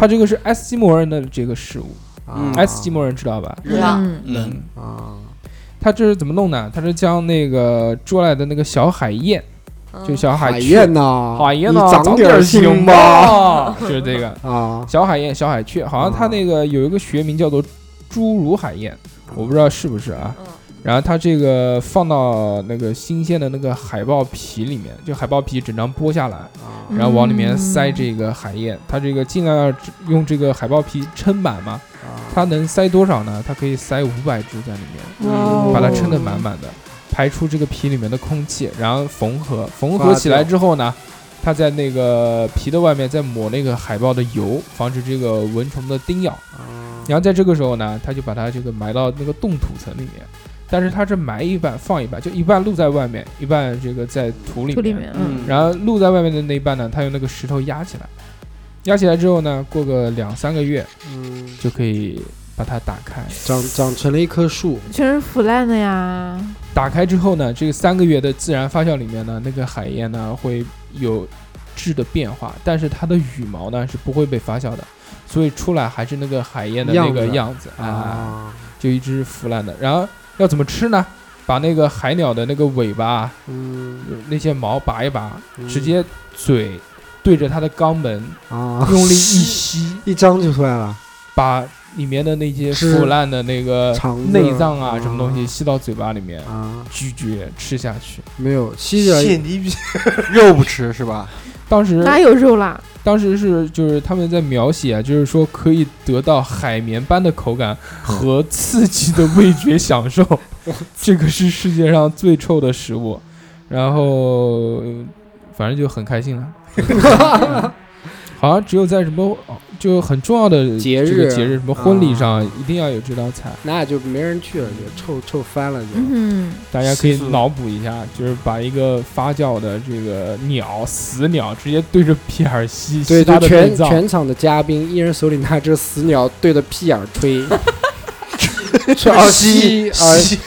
它这个是爱斯基摩人的这个食物，嗯爱斯基摩人知道吧？知道嗯，冷，啊，它这是怎么弄呢？它是将那个捉来的那个小海燕，嗯就小海雀，燕呐，海燕你呢，长点儿心心吧，就是这个啊，小海燕、小海雀，好像它那个有一个学名叫做侏儒海燕，我不知道是不是啊。嗯然后它这个放到那个新鲜的那个海豹皮里面，就海豹皮整张剥下来，啊嗯然后往里面塞这个海燕，它这个尽量要用这个海豹皮撑满嘛，它能塞多少呢？它可以塞五百只在里面，哇把它哦撑得满满的，排出这个皮里面的空气，然后缝合，缝发合起来酵之后呢，它在那个皮的外面再抹那个海豹的油，防止这个蚊虫的叮咬。然后在这个时候呢，它就把它这个埋到那个冻土层里面，但是它是埋一半放一半，就一半露在外面，一半这个在土里土里面。面，嗯，嗯，然后露在外面的那一半呢，它用那个石头压起来，压起来之后呢，过个两三个月嗯，就可以把它打开。长长成了一棵树，嗯全是腐烂的呀。打开之后呢，这个三个月的自然发酵里面呢，那个海燕呢会有质的变化，但是它的羽毛呢是不会被发酵的，所以出来还是那个海燕的那个样子样子啊，啊，就一只腐烂的。然后要怎么吃呢？把那个海鸟的那个尾巴啊嗯那些毛拔一拔，嗯直接嘴对着它的肛门啊，用力一吸，一张就出来了，把里面的那些是腐烂的那个肠子内脏啊什么东西啊吸到嘴巴里面，啊，咀嚼吃下去。没有吸着你屁！肉不吃是吧？当时哪有肉啦？当时是就是他们在描写啊，就是说可以得到海绵般的口感嗯和刺激的味觉享受， 这个是世界上最臭的食物。然后呃反正就很开心了， 好像只有在什么哦就很重要的节这个日节日什么婚礼上啊一定要有这道菜，那就没人去了，就臭臭翻了就。嗯大家可以是脑补一下，就是把一个发酵的这个鸟死鸟直接对着屁眼儿吸，对，吸它就的全内脏全场的嘉宾，一人手里拿只死鸟，对着屁眼儿 吹，吹啊吸啊吸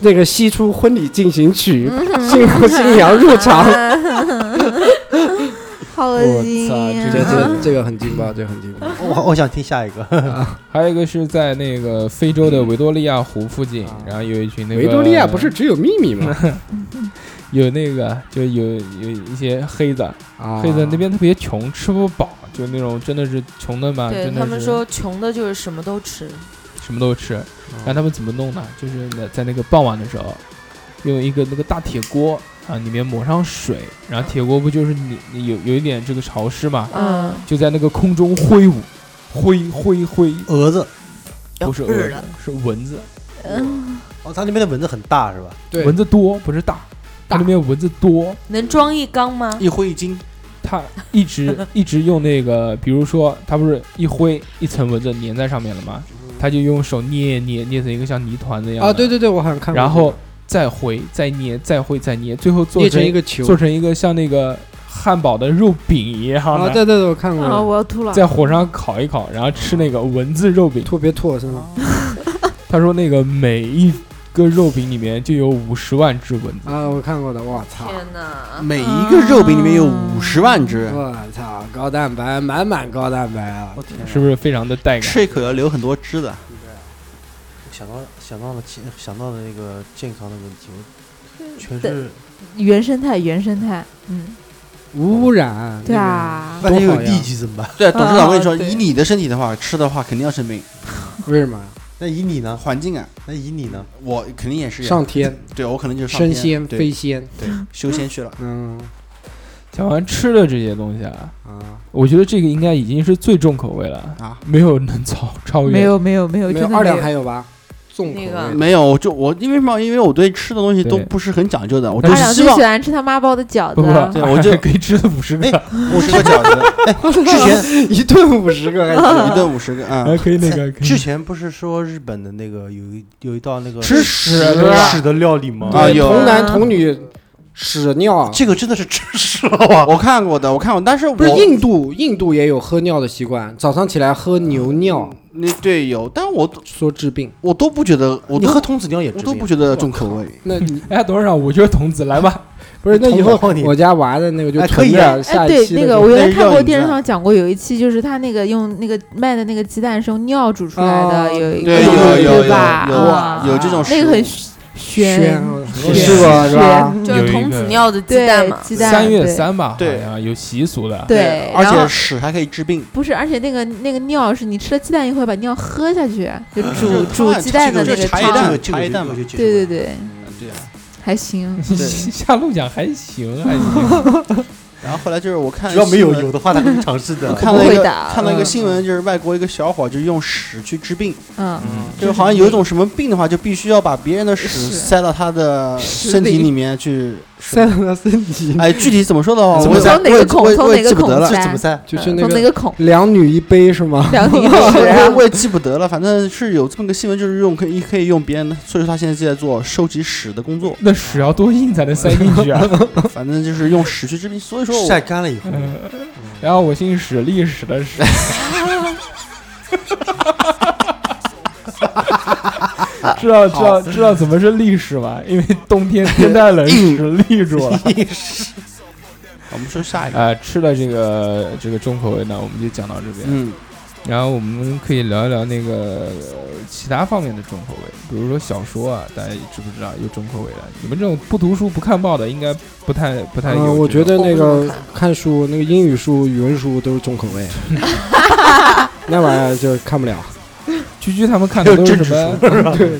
那个吸出婚礼进行曲，嗯哼嗯新郎新娘入场。好恶我心啊操，呀！这个这个这个很劲爆，这个很劲爆。我我想听下一个。还有一个是在那个非洲的维多利亚湖附近，然后有一群那个啊维多利亚不是只有秘密吗？有那个就有有一些黑子，啊黑子那边特别穷，吃不饱，就那种真的是穷的嘛，对啊真的他们是说，穷的就是什么都吃，什么都啊吃。然后他们怎么弄呢？就是在在那个傍晚的时候，用一个那个大铁锅啊，里面抹上水，然后铁锅不就是你你有有一点这个潮湿嘛，嗯，就在那个空中挥舞，挥挥挥，蛾子不是是蛾子，是蚊子，嗯，哦，它那边的蚊子很大是吧？对蚊子多不是大，它大那边蚊子多，能装一缸吗？一挥一惊，他一直 一直用那个，比如说他不是一挥一层蚊子粘在上面了吗？他就用手捏捏捏成一个像泥团的样子啊，对，对对，我好像看过这个。然后再挥再捏再挥再捏，最后做捏成一个球做成一个像那个汉堡的肉饼一样啊，的，对对对，我看啊，过，我要吐了。在火上烤一烤，然后吃那个蚊子肉饼。特别吐我身上。他说那个每一个肉饼里面就有五十万只蚊子，啊，我看过的，我操，天哪！每一个肉饼里面有五十万只，我操，高蛋白，满满高蛋白啊！天是不是非常的带感？吃一口要流很多汁的。想到想到了健想到了那个健康的问题，我全是原生态，原生态，嗯，无污染，对，啊，万一多有好呀痢疾怎么办？对，董事长，我跟你说，啊对以你的身体的话，吃的话肯定要生病，为什么呀？那以你呢？环境啊，那以你呢？我肯定也是呀啊上天对我可能就是上升天 仙飞对仙，对修仙去了。嗯讲完吃的这些东西啊，啊，我觉得这个应该已经是最重口味了啊，没有能超超越。没有没有没有，没真的有没二两有还有吧？重口那个味 没有，我就我因为什么？因为我对吃的东西都对不是很讲究的，我就二是两希最望喜欢吃他妈包的饺不子不啊，，对我就可以吃了五十 个，五十个饺子，之前一顿五十个还行，一顿五十个啊哎，可以那个可以之前不是说日本的那个有一有一道那个吃屎啊屎的料理吗？啊有童男童女屎啊尿，这个真的是吃屎了哇！我看过的，我看过，但是我不是印度，印度也有喝尿的习惯，早上起来喝牛尿那对有，但我都说治病。我都不觉得，我你都喝童子尿也我治都病不觉得重口味。那你哎，董事长，我就是童子，来吧。 不是那以后 童子尿你我家娃的那个就哎可囤以啊点，哎，下一对，期的那时个候我原那来是看药过引电视子啊上讲过，有一期就是他那个用那个卖的那个鸡蛋是用尿煮出来啊的，有一个有有有有对吧？啊有有这种那食个物很玄宣，对你试过是吧？就有一是童个子尿的鸡蛋对嘛，鸡蛋，三月对三吧，对好像有习俗的。对，而然后且屎还可以治病。不是，而且那个那个尿是你吃了鸡蛋以后会把尿喝下去，就煮这煮太鸡蛋的这那个个茶汤叶。蛋这个茶叶蛋这个就对对对，对啊。还行。下路讲还行，还行。 ，然后后来就是我看只要没有新闻有的话，他会尝试的。我看了不一个会的看了一个嗯新闻，就是外国一个小伙就是用屎去治病，嗯，就是好像有一种什么病的话，就必须要把别人的屎是塞到他的屎身体里里面去。塞到他身体，哎，具体怎么说的话，怎我么也塞从哪个我孔也从我也哪个记不孔得了这怎塞么？塞？就是嗯那从哪个个孔？ 两女一杯是吗？两 个我孔。我也记不得了，反正是有这么个新闻，就是用可以可以用别人的，所以说他现在就在做收集屎的工作那屎要多硬才能塞进去啊？反正就是用屎去治病。所以 说晒我干了以后，嗯然 后我姓史，历史的史。知道知道知道怎么是历史吗？因为冬天天太冷，屎立住了。我们说下一个， 啊，吃了这个这个重口味呢，我们就讲到这边。嗯，然后我们可以聊一聊那个、呃其他方面的重口味，比如说小说啊，大家知不知道有重口味的？你们这种不读书不看报的，应该不太不太有这嗯，种、我觉得那哦我不个怎么看书，那个英语书、语文书都是重口 味，那玩意儿就看不了。居居他们看的都是什 啊么？对，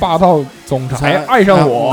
霸道总 裁爱上我，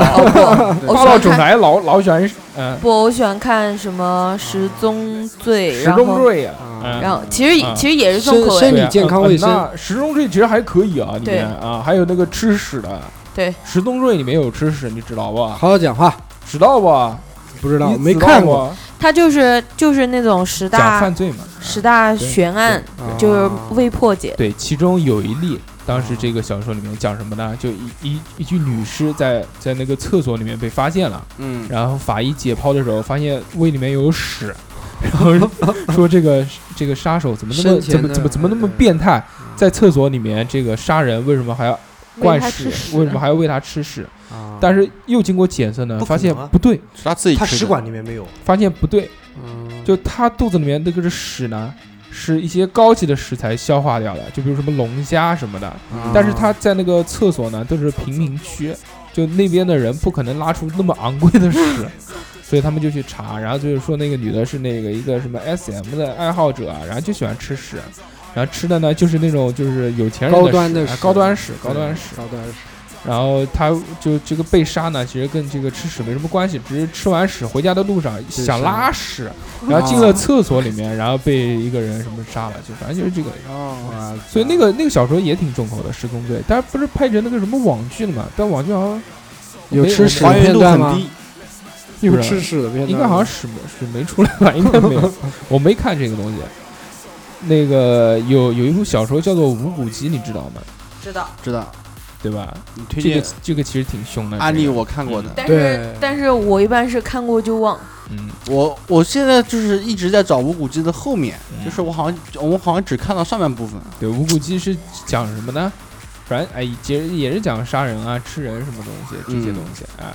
我霸喜道欢总看裁老老喜欢 嗯哦不，我喜欢看什么十宗罪，石然中后瑞呀啊，嗯然后其实啊其实也是重身口身味，对啊体健嗯康卫生那石中瑞其实还可以啊，里对面啊还有那个吃屎的，对，石中瑞里面有吃屎，你知道不？好好讲话，知道不？不知道你没知道看不过，，它就是就是那种十讲大犯罪嘛，十大悬案，啊就是未破解。对，其中有一例，当时这个小说里面讲什么呢？就一一一具女尸在在那个厕所里面被发现了，嗯，然后法医解剖的时候发现胃里面有屎，然后说这个这个杀手怎么那么生前怎么的怎么怎么那么对变态，在厕所里面这个杀人为什么还要灌喂它屎吃？啊屎为什么还要喂他吃屎？啊但是又经过检测呢，不可发现能啊不对，是他自己他吃的食管里面没有，发现不对，嗯就他肚子里面那个是屎呢，是一些高级的食材消化掉的，就比如什么龙虾什么的。啊但是他在那个厕所呢，都是贫民区，就那边的人不可能拉出那么昂贵的屎，所以他们就去查，然后就是说那个女的是那个一个什么 SM 的爱好者啊，然后就喜欢吃屎，然后吃的呢就是那种就是有钱人高端的的屎屎，高端屎，高端屎。高端屎，然后他就这个被杀呢，其实跟这个吃屎没什么关系，只是吃完屎回家的路上是想拉屎，然后进了厕所里面，然后被一个人什么杀了，就反正就是这个。哦，啊所以那个那个小说也挺重口的，《十宗罪》，但不是拍成那个什么网剧了嘛？但网剧好像有没吃屎还的原片度段很吗？低， 有不是吃屎的片段吗，应该好像屎没屎没出来吧？应该 没有，我没看这个东西。那个有有一部小说叫做《无骨鸡》，你知道吗？知道，知道？对吧？你推这个荐这个其实挺凶的。安这利个我看过的，但对是但是我一般是看过就忘。嗯，我我现在就是一直在找无骨鸡的后面，嗯就是我好像我好像只看到上半部分，对，无骨鸡是讲什么呢？反正哎，其实也是讲杀人啊、吃人什么东西这些嗯东西啊、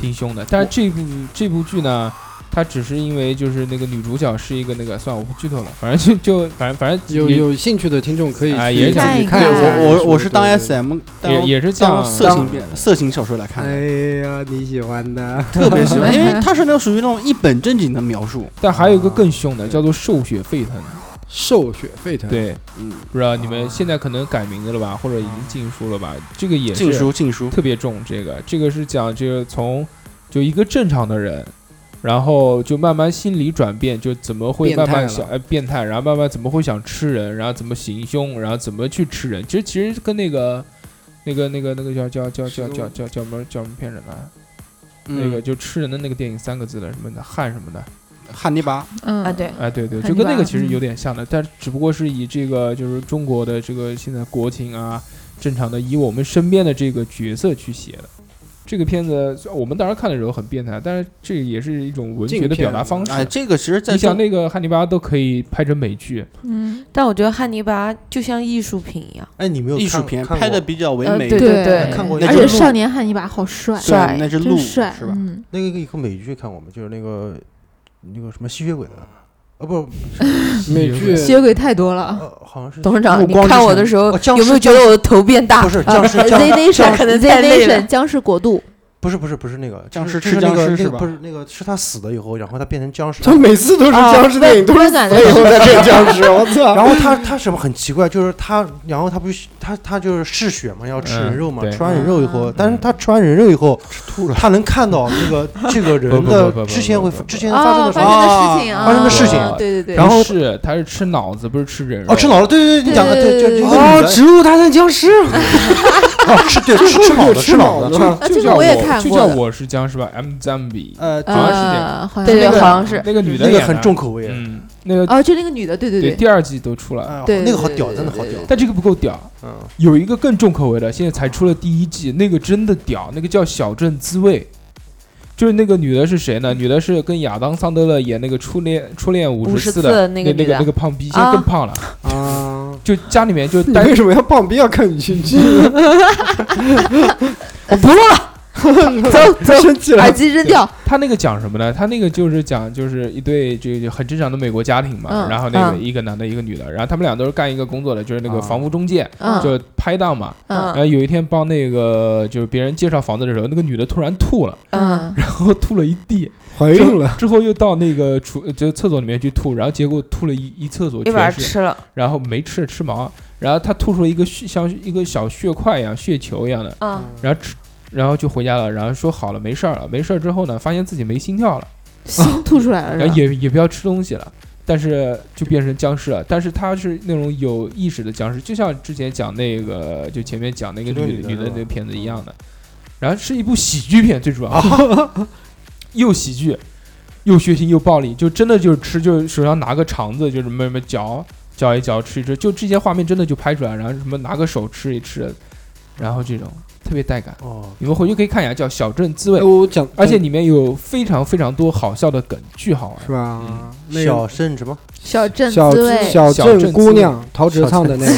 挺凶的。但是这部这部剧呢，它只是因为就是那个女主角是一个那个，算了，我不剧透了，反正就就反正反正有也有兴趣的听众可以哎去也自想己去看看一一下下这我个我书我是当对对 SM 当也也是啊当讲色情片色情小说来看的，哎呀，你喜 欢的，特别喜欢，因为它是那种属于那种一本正经的描述，但还有一个更凶的，叫做兽血沸腾。兽血沸腾，， 对，嗯，啊不知道你们现在可能改名字了吧，或者已经禁书了吧？这个也是禁书禁书，特别重。这个这个是讲这个从就一个正常的人，然后就慢慢心理转变，就怎么会变态慢慢了想呃变态，然后慢慢怎么会想吃人，然后怎么行凶，然后怎么去吃人。其实其实跟那个那个那个那个叫叫叫叫叫叫叫什么叫什么片人呢？那个嗯，就吃人的那个电影三个字的什么的汉什么的，汉尼拔，嗯啊，对，哎对对，汉就尼跟那拔个其实嗯有点像的，但只不过是以这个就是中国的这个现在国情啊，正常的以我们身边的这个角色去写的。这个片子虽然我们当时看的时候很变态，但是这也是一种文学的表达方式。哎，这个其实在你想中那个汉尼拔都可以拍成美剧，嗯，但我觉得汉尼拔就像艺术品一样，哎，你没有艺术看片看拍过的比较唯呃，美，对对对看过那而就且是少年汉尼拔好帅，虽然那只鹿真是帅，吧？嗯，那个一个美剧看过吗？就是那个那个什么吸血鬼的，啊不，美剧吸血鬼太多了。呃好像是董事长，暮你光之看我城的时候哦僵有没有尸觉得我的头变大不？是啊僵尸僵，Z 这 Nation 可能 Z 太累了 Nation 僵尸国度，不是不是不是那个僵尸尸吃就那僵个尸那是个吧不是那个是他死了以后，然后他变成僵尸他，每次都是僵尸电啊影，都是观死 感了以后再变僵尸，我操！然后他他什么很奇怪，就是他然后他不是他他就是嗜血嘛，要吃人肉嘛嗯，对吃完人肉以后嗯，但是他吃完人肉以后，吐了，他能看到那个这个人不不不不不的不之前会不不之前发生哦，的什发么。生的事情发生的事情啊对对对，然后不是他是吃脑子，不是吃人肉。哦，吃脑了，对对对，你讲的对，就对对一对个女的，入大战僵尸，哦，吃对吃吃脑子，吃脑子，吃脑子，了，啊，就这叫个我也看就过叫的，我是僵尸吧，M Zombie，呃，好像是这样呃，好像对对，是好像是。那个女的那个演很的重口味，嗯，那个哦，就那个女的，对对对第二季都出来了。哎对那个好对屌，对真的好对屌，但这个不够屌，嗯，有一个更重口味的，现在才出了第一季，那个真的屌，那个叫《小镇滋味》，就是那个女的是谁呢？女的是跟亚当·桑德勒演那个初恋初恋五五十十四次的那个个那女的那个胖逼，现在更胖了，啊，就家里面就你待为什么要棒逼要看女性剧？我不录了，走走，生气了耳，机扔掉。他那个讲什么呢？他那个就是讲，就是一对这个很正常的美国家庭嘛，嗯然后那个嗯一个男的，一个女的，然后他们俩都是干一个工作的，就是那个房屋中介，嗯就哎拍档嘛。然嗯后有一天帮那个就是别人介绍房子的时候，那个女的突然吐了，嗯，然后吐了一地，怀孕了，之后又到那个厨就厕所里面去吐，然后结果吐了一一厕所又把它全是，吃了，然后没吃吃毛，然后他吐出了一个血像一个小血块一样血球一样的，嗯，然后吃然后就回家了，然后说好了没事儿了，没事儿之后呢，发现自己没心跳了。心吐出来了，然是后吧？也也不要吃东西了，但是就变成僵尸了。但是他是那种有意识的僵尸，就像之前讲那个，就前面讲那个这个女女的女的那是吧嗯个片子一样的。然后是一部喜剧片，最主要、啊 又喜剧又血腥又暴力，就真的就是吃，就是手上拿个肠子，就是什么什么嚼嚼一嚼，吃一吃，就这些画面真的就拍出来，然后什么拿个手吃一吃，然后这种特别带感。哦，你们回去可以看一下，叫《小镇滋味哎》，我讲，而且里面有非常非常多好笑的梗，巨好玩是。吧？那小甚什么？小镇小滋味，小嗯小镇镇姑滋味娘陶喆小唱的那个，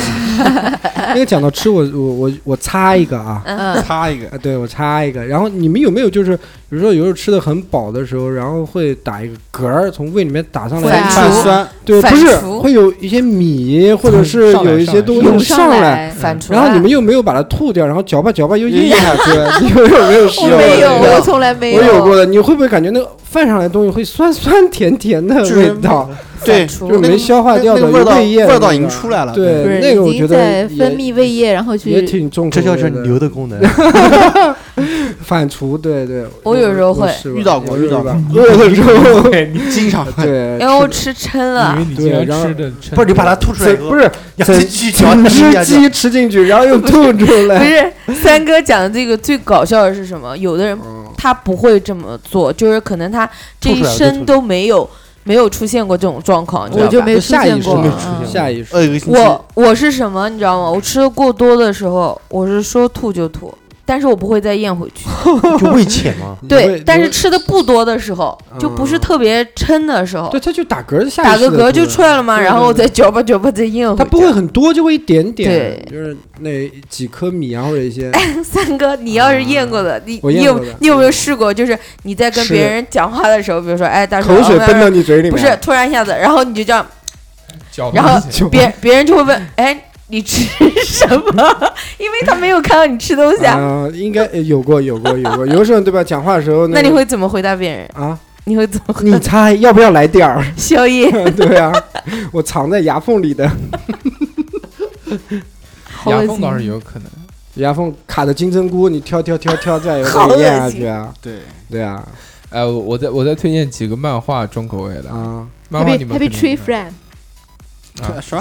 那个讲到吃，我我我我擦一个啊，嗯擦一个，啊，对我插一个。然后你们有没有就是，比如说有时候吃的很饱的时候，然后会打一个嗝儿，从胃里面打上对来啊一泛串，酸，对，反不是刍会有一些米或者是上来有一些上东来西涌上来。来，反嗯出来。然后你们又没有把它吐掉，然后嚼吧嚼吧又咽咽下去， 你们有没有试我过没有，这个我从来哎没我有过的，你会不会感觉那个饭上来的东西会酸酸甜甜的就是味道，对，反刍就是没消化掉那的个味道胃液的味道已那经个出来了不对，是那个我已经觉得在分也泌胃液，然后也去挺重口这味的，叫是牛的功能。反刍，对对，我有时候会试遇到过有时候遇到吧饿的时候，对，你经常 对，因为哎我吃吃撑以了为，你对竟然然后吃的撑不是你把它吐出来以整后，不是呀，整这鸡脚整吃下只去，鸡吃进去，然后又吐出 不 来，是三哥讲的这个最搞笑的是什么？有的人嗯他不会这么做，就是可能他这一吐出来就生都没有没有出现过这种状况，你知我道就吧？没出下现意识过，没出嗯现下意识饿一个星期，我我是什么，你知道吗？我吃的过多的时候，我是说吐就吐，但是我不会再咽回去。 就胃浅嘛。嗯你对会，但你是会嗯吃的不多的时候，就不是特别撑的时候对，，它就打嗝，下打意识个地嗝吐就出来了嘛，对然后我对再嚼吧嚼吧再咽回去。它不会很多，就会一点点，对哎就是那几颗米啊，或者一些 三哥，你要是验过的，你我你验有过的你有没有试过？就是你在跟是别人讲话的时候，比如说，哎，大叔，口水啊奔到你嘴里面，不是突然一下子，然后你就这样，嚼然后东西 就别别人就会问，哎，你吃什么？ 因为他没有看到你吃东西啊。 啊，应该呃有过有过有过，有的时候对吧？讲话的时候那个你会怎么回答别人？啊？你会怎么 回你答？猜要不要来点儿？ 宵夜对啊，我藏在牙缝里的 好恶牙心缝倒是有可能，牙缝卡的金针菇，你挑挑挑挑，再有好点恶咽下心去啊！对，对啊，哎，我我再我再推荐几个漫画重口味的，啊，漫画 Happy 你们 Happy 肯定 Tree 知道 Friend，啊啥？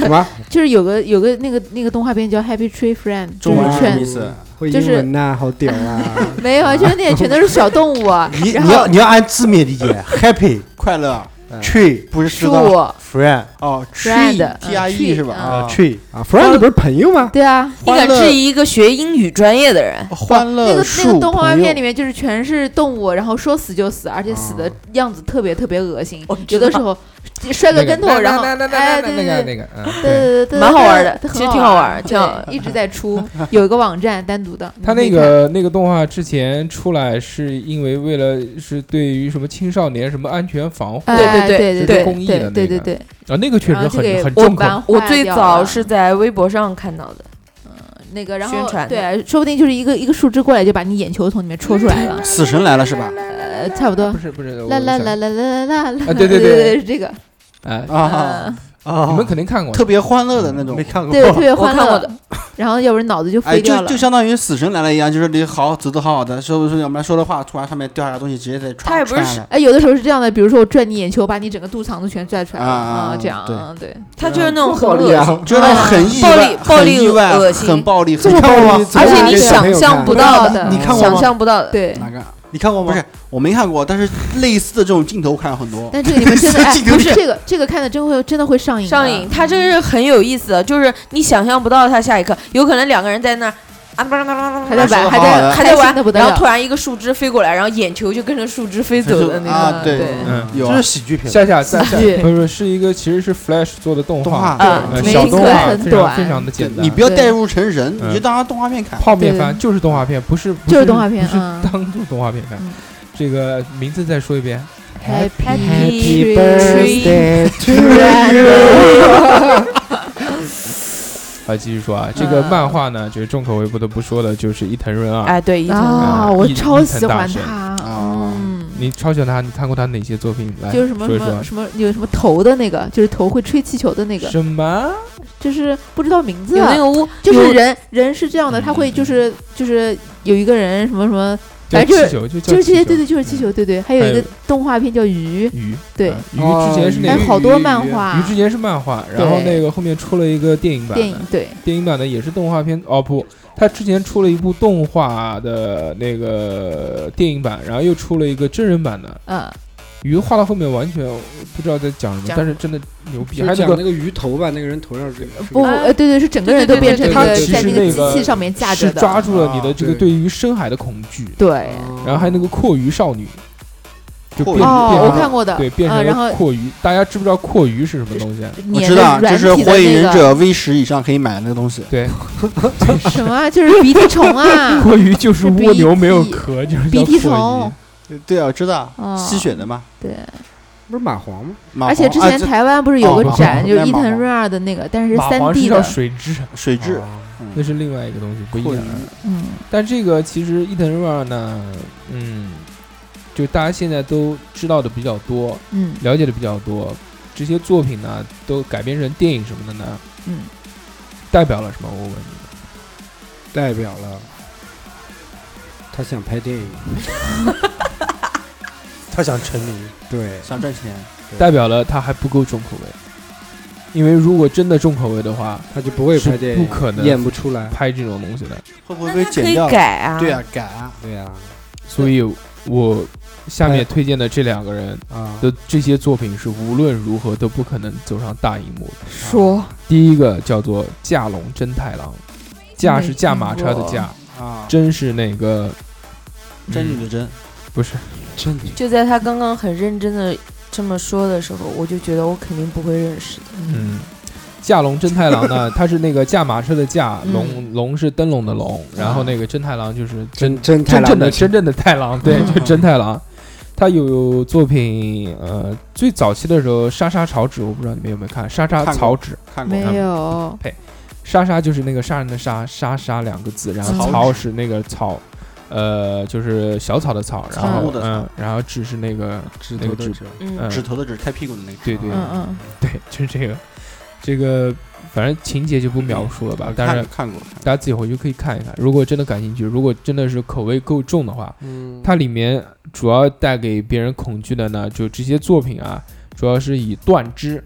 什么？就是有个有个那个那个动画片叫 Happy Tree Friend，就中文是是什么全意思？会就英是文呐，好 屌啊！没有，啊，就是那全都是小动物啊，你然你要后你要按字面理 解，happy 快乐 tree 不是知树，道 friend 哦 Friend， ，tree，t r e tree，是吧？嗯啊啊 tree 啊，Friend 不是朋友吗？对啊，你敢质疑一个学英语专业的人？欢那乐个那树个动画朋友片里面就是全是动物，然后说死就死，而且死哦的样子特别特别恶心我知，道有的时候摔个跟头，然后那那哎，那那那对对个对那个，嗯，对对对对对，蛮好玩的对其实挺好玩对挺好一直在出，有一个网站单独的。他你可那以看个那个动画之前出来，是因为为了是对于什么青少年什么安全防护啊，哎啊对对对对是公益对的那对对个对，那个确然实后就给很很我重口。我最早是在微博上看到的，那个，然后宣传的对，说不定就是一个一个树枝过来就把你眼球从里面戳出来 了，死神来了是吧？呃，差不多不。是不是，我啦我啦想啦啦啦啦啦啦！啊对对对对是这个，哎，啊嗯，，啊，你们肯定看过特别欢乐的那种没。看过，对，特别欢看过乐的。然后要不然脑子就哎，飞掉就了就。相当于死神来了一样，就是你好走的好好的，说不说我们来说的话，突然上面掉下来东西，直接在他也穿不是穿来了。哎，有的时候是这样的，比如说我拽你眼球，把你整个肚肠子全拽出来了啊啊啊啊，这样对啊，对，他就是那种很暴恶力心。嗯啊！就是那种很意外，暴力很意外，暴力恶心很暴力，这很么暴暴力。力，而且这你个想没有象看不不知到道的你看过想吗象不到的。对。哪个？你看过吗？不是，我没看过，但是类似的这种镜头看很多。但这个你们真 的哎镜，头不是里这个这个看的真会真的会上瘾的，上瘾，他这个是很有意思的，就是你想象不到他下一刻，有可能两个人在那儿啊，不是不是不是不还是在说玩，得还好好在的还开在心的不玩，得然后了突。然一个树枝飞过来，然后眼球就跟着树枝飞走的那个啊，对，嗯有这是喜剧片，夏夏夏夏剧，不是是一个其实是 Flash 做的动动画，画啊呃没小动画非错很常短非常的对简单。你不要对代入成人，嗯你就当它动画片看。泡面番就是动画片，不是不就是动画片不是嗯当做动画片看嗯。这个名字再说一遍， Happy birthday to 啊，继续说啊，这个嗯漫画呢，就是重口味不得不说的，就是伊藤润二，哎对，伊 you 藤啊！嗯我伊超伊藤喜大欢神他，啊嗯，你超喜欢他，你看过他哪些作品？来就是什么说什一么说。什么有什么头的那个，就是头会吹气球的那个，什么？就是不知道名字有，啊那个屋，就是人人是这样的，嗯他会就是就是有一个人什么什么，叫反正就是气球，就叫就是这气些，球嗯对对，就是气球，对对，还有一还有个动画片叫鱼，鱼，对啊，鱼之前是还那有个好多鱼漫鱼画鱼之前是漫画，然后那个后面出了一个电影版的，电影，对，电影版的也是动画片哦不，它之前出了一部动画的那个电影版，然后又出了一个真人版的。嗯，鱼画到后面完全不知道在讲什么，讲但是真的牛逼，就还是有那个讲那个鱼头吧，那个人头上是个不，啊呃，对对，是整个人都对对变成对那个对对在对其那个实那个机器上面架是着的，抓住了你的啊这个对对于深海的恐惧，哎对，然后还有那个阔鱼少女，就阔嗯变鱼变哦，成我看过的，对变嗯，成然后了阔鱼，大家知不知道阔鱼是什么东西？啊我粘知的道，就软是体的火影那忍个者 V 十以上可以买的那个东西。对， 什么啊，就是鼻涕虫 啊，阔鱼就是是蜗牛没有鼻涕壳，就是叫鼻涕阔鱼虫，对啊，我知道哦，吸血的嘛。对。不是蚂蟥吗？蚂而且蟥之啊前这台湾不是有哦个马展， 黄就是那伊马藤黄润二的那个，但是蚂三蟥是 D 叫的，水蛭，水蛭，嗯 那是另外一个东西，不一阔样啊鱼。嗯，但这个其实伊藤润二呢，嗯，就大家现在都知道的比较多，嗯了解的比较多，这些作品呢都改编成电影什么的呢，嗯，代表了什么？我问你，代表了他想拍电影，他想成名，对，想赚钱，代表了他还不够重口味，因为如果真的重口味的话，他就不会是拍电影，不可能演不出来。拍这种东西的。会不会那被他可剪以掉？改啊，对啊，改啊。对呀，所以，我下面推荐的这两个人啊，的这些作品是无论如何都不可能走上大荧幕的。说第一个叫做《架龙真太郎》，架是架马车的没听架，啊，真是那个嗯真女的真，不是真的就在他刚刚很认真的这么说的时候，我就觉得我肯定不会认识的。嗯。架龙真太郎呢，他是那个架马车的架，嗯龙龙是灯笼的龙，然后那个真太郎就是真真真太真郎正的真真正的太郎，对，嗯就是真太郎。他有作品，呃，最早期的时候，莎莎草纸，我不知道你们有没有看，莎莎看过草纸，看过没看有，莎莎就是那个杀人的杀，莎莎两个字，然后草草是那个草，呃，就是小草的草，然草后木的草嗯，然后纸是那个指那头个的指，指，嗯嗯，指头的指，开屁股的那个。对啊对嗯嗯，对，就是这个，这个反正情节就不描述了吧，但看是看过，大家自己回去可以看一看，如果真的感兴趣，如果真的是口味够重的话，嗯，它里面主要带给别人恐惧的呢，就这些作品啊，主要是以断肢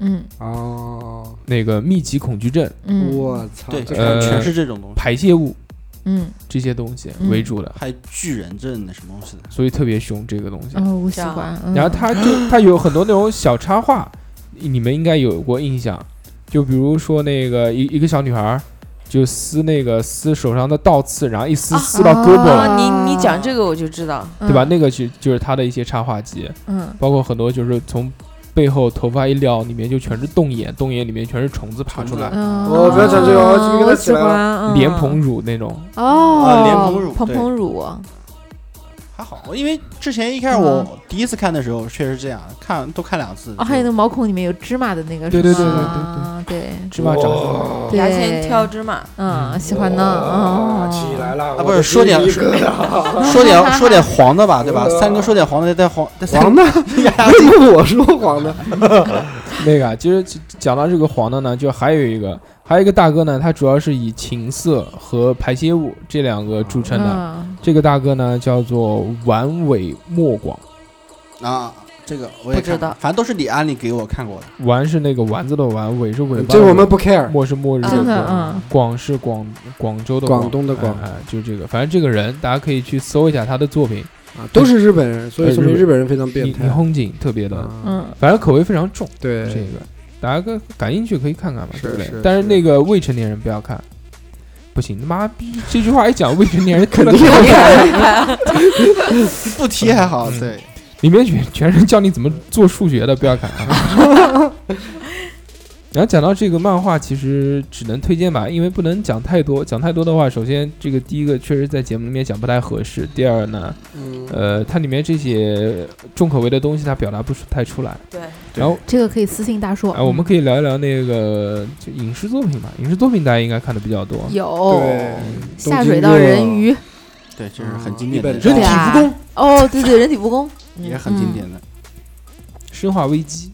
嗯哦，那个密集恐惧症、嗯，我操，对，这呃全啊全是这种东西，排泄物嗯这些东西嗯为主的，拍巨人症的什么东西的，所以特别凶这个东西。哦，我喜这样欢，然后嗯他就他有很多那种小插画，你们应该有过印象，就比如说那个一一个小女孩儿，就撕那个撕手上的倒刺，然后一撕啊撕到胳膊了，啊哦，你你讲这个我就知道，对吧？？那个就就是他的一些插画集，嗯包括很多就是从背后头发一撩，里面就全是洞眼，洞眼里面全是虫子爬出来，嗯，哦我哦不要讲这个我鸡皮疙瘩我起喜来了欢莲蓬乳那种，嗯哦，啊莲蓬乳蓬对蓬乳，还好，因为之前一开始我第一次看的时候确实这样，看都看两次。嗯哦，还有那个毛孔里面有芝麻的那个，对对是对吗对芝麻长出来。哦对，牙签挑芝麻，嗯，喜欢呢，啊，起来了，啊，我不是的说点鸡皮说疙 瘩说点 说点黄嗯的吧，对吧？三哥说点黄的，带黄带三黄的，为什么我说黄的？那个啊，其实讲到这个黄的呢，就还有一个，还有一个大哥呢，他主要是以情色和排泄物这两个著称的。嗯这个大哥呢叫做丸尾莫广，啊，这个我也不知看过道反正都是李安利给我 看过的。丸是那个丸子的丸，尾是尾巴的尾，这个我们不 care，末是末日啊广真的，嗯，广是广广州的广东的广，广哎、哎就这个，反正这个人大家可以去搜一下他的作品，啊都是日本人，所以对说明哎日本日本人非常变你态你。红警特别的，嗯，嗯反正口味非常重，对这，个大家感感兴趣可以看看嘛，是对不对是但是是那个未成年人不要看。不行，他妈 逼这句话一讲，未成年人肯定厉害厉害，不提还好，嗯对，里面全全是教你怎么做数学的，不要看啊。 然后讲到这个漫画，其实只能推荐吧，因为不能讲太多。讲太多的话，首先这个第一个确实在节目里面讲不太合适，第二呢，嗯，呃，它里面这些重口味的东西它表达不出太出来。对，然后这个可以私信大硕。啊，我们可以聊一聊那个就影视作品吧，影视作品大家应该看的比较多。哦有对下水道人鱼对，这是很经一典的嗯本，人体体蜈蚣，哦，对对，人体蜈蚣，也很经典嗯的。生化危机，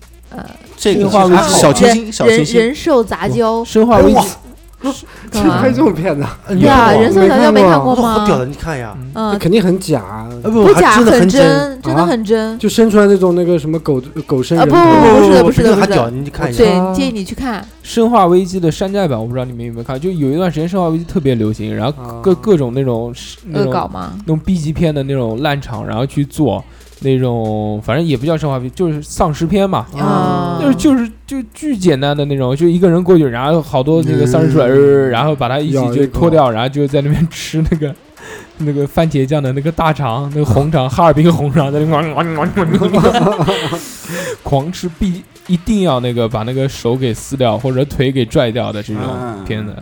这个生化危机小清新，小人清嗯新，人兽杂交，生化危机哇，干拍 嘛？这种片子，嗯对啊，嗯人兽杂交没看过我说好屌吗？的，你看呀，那嗯，肯定很假，啊呃不还假，真的很很真，真，真的很真。就生出来那种那个什么狗狗生啊人不头。不不是的不不是的这个还不是的屌，你去看一下。对啊，建议你去看。生化危机的山寨版，我不知道你们有没有看，就有一段时间生化危机特别流行，然后啊各各种那种那哦恶种搞吗？那种 B 级片的那种烂场，然后去做那种，反正也不叫生化片，就是丧尸片嘛。啊嗯就是就是就巨简单的那种，就一个人过去，然后好多那个丧尸出来，嗯然后把他一起咬就一口脱掉，然后就在那边吃那个那个番茄酱的那个大肠，那个红肠，哈尔滨红肠，在那边 狂吃，必一定要那个把那个手给撕掉或者腿给拽掉的这种嗯片子。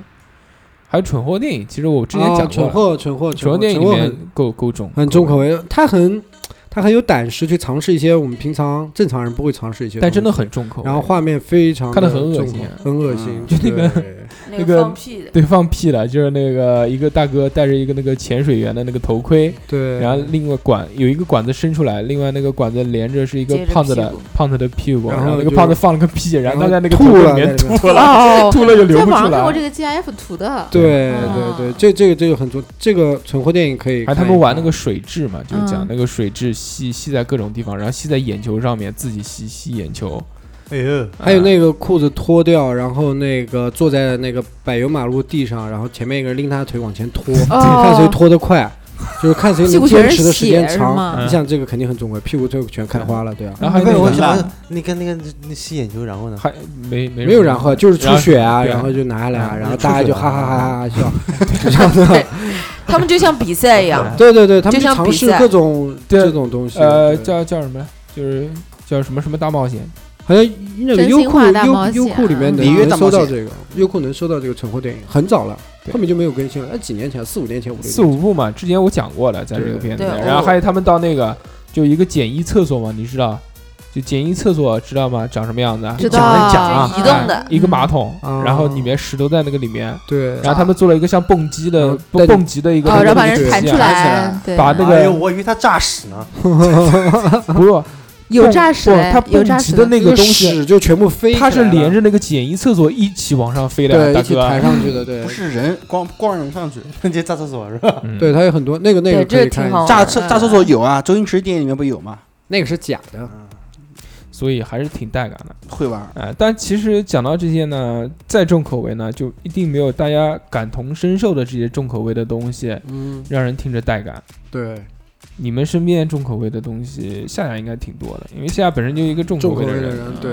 还有蠢货电影，其实我之前哦讲过蠢了，货蠢货蠢货货电影里很面够够重，很重口味，他很他很有胆识去尝试一些我们平常正常人不会尝试一些，但真的。很重口味。然后画面非常看得的很恶重口心啊很恶心，嗯就就那个 那那个个放屁的，对放屁了，就是那个一个大哥戴着一个那个潜水员的那个头盔，对，然后另外管有一个管子伸出来，另外那个管子连着是一个接着胖子屁的股胖子的屁股，然然后后那个就胖子放了个屁，然后他在那个头吐盔了里面 在里面吐了，哦，吐了又流在不网出上看过这来。个 GIF 图的，对啊对对，这这个这个很重，这个存货电影可以还看一看。他们玩那个水蛭嘛，就是嗯讲那个水蛭吸吸在各种地方，然后吸在眼球上面，自己吸吸眼球。啊哎呦，还有那个裤子脱掉，然后那个坐在那个柏油马路地上，然后前面一个人拎他的腿往前拖，看谁哦，拖得快，就是看谁屁能股全坚是持的时间血是啊长。嗯吗你想这个肯定很重要，屁股就全开花了，对啊，然后还有哎那我个想那个那个那吸眼球，然后呢？还没没没有然后，就是出血啊，嗯然然后后就拿下来啊，嗯然后出血大家就了哈哈哈哈哈啊笑，就这样的。他们就像比赛一样，对对对，他就们就像尝比试赛各种对这种东西。呃对叫叫什么？就是叫什么什么大冒险？好像那个真优心酷话大冒优险啊优酷里面里约能大能冒搜险到这个，优酷能搜到这个存货电影，很早了，对后面就没有更新了。那几年前，四五年前，五六年四前五部嘛，之前我讲过了，在这个片子里面。对然后哦还有他们到那个就一个简易厕所嘛，你知道？就简易厕所知道吗？长什么样子啊？知讲了讲道啊移动的哎一个马桶，嗯然后里面石头在那个里面，对，然后他们做了一个像蹦极的哦嗯蹦带着蹦极的一个哦，那个然后把东西人弹出啊来，对，把那哎呦，个我以为他诈屎呢。 不是有诈尸不，嘞它，有蹦诈极尸的那个东西，屎就全部飞起来它了，是连着那个简易厕所一起往上飞的，啊对大一起哥抬。上去的，对不是人，光光人上去。哦那些炸厕所是吧？嗯对，，它有很多那个那对个这可个以看一挺好下，炸嗯厕炸厕所有啊，周星驰电影里面不有吗？那个是假的，所以还是挺带感的。会玩，哎，但其实讲到这些呢，再重口味呢，就一定没有大家感同身受的这些重口味的东西，嗯，让人听着带感。对，你们身边重口味的东西，夏夏应该挺多的，因为夏夏本身就一个重口重口味味的的人。啊人，对，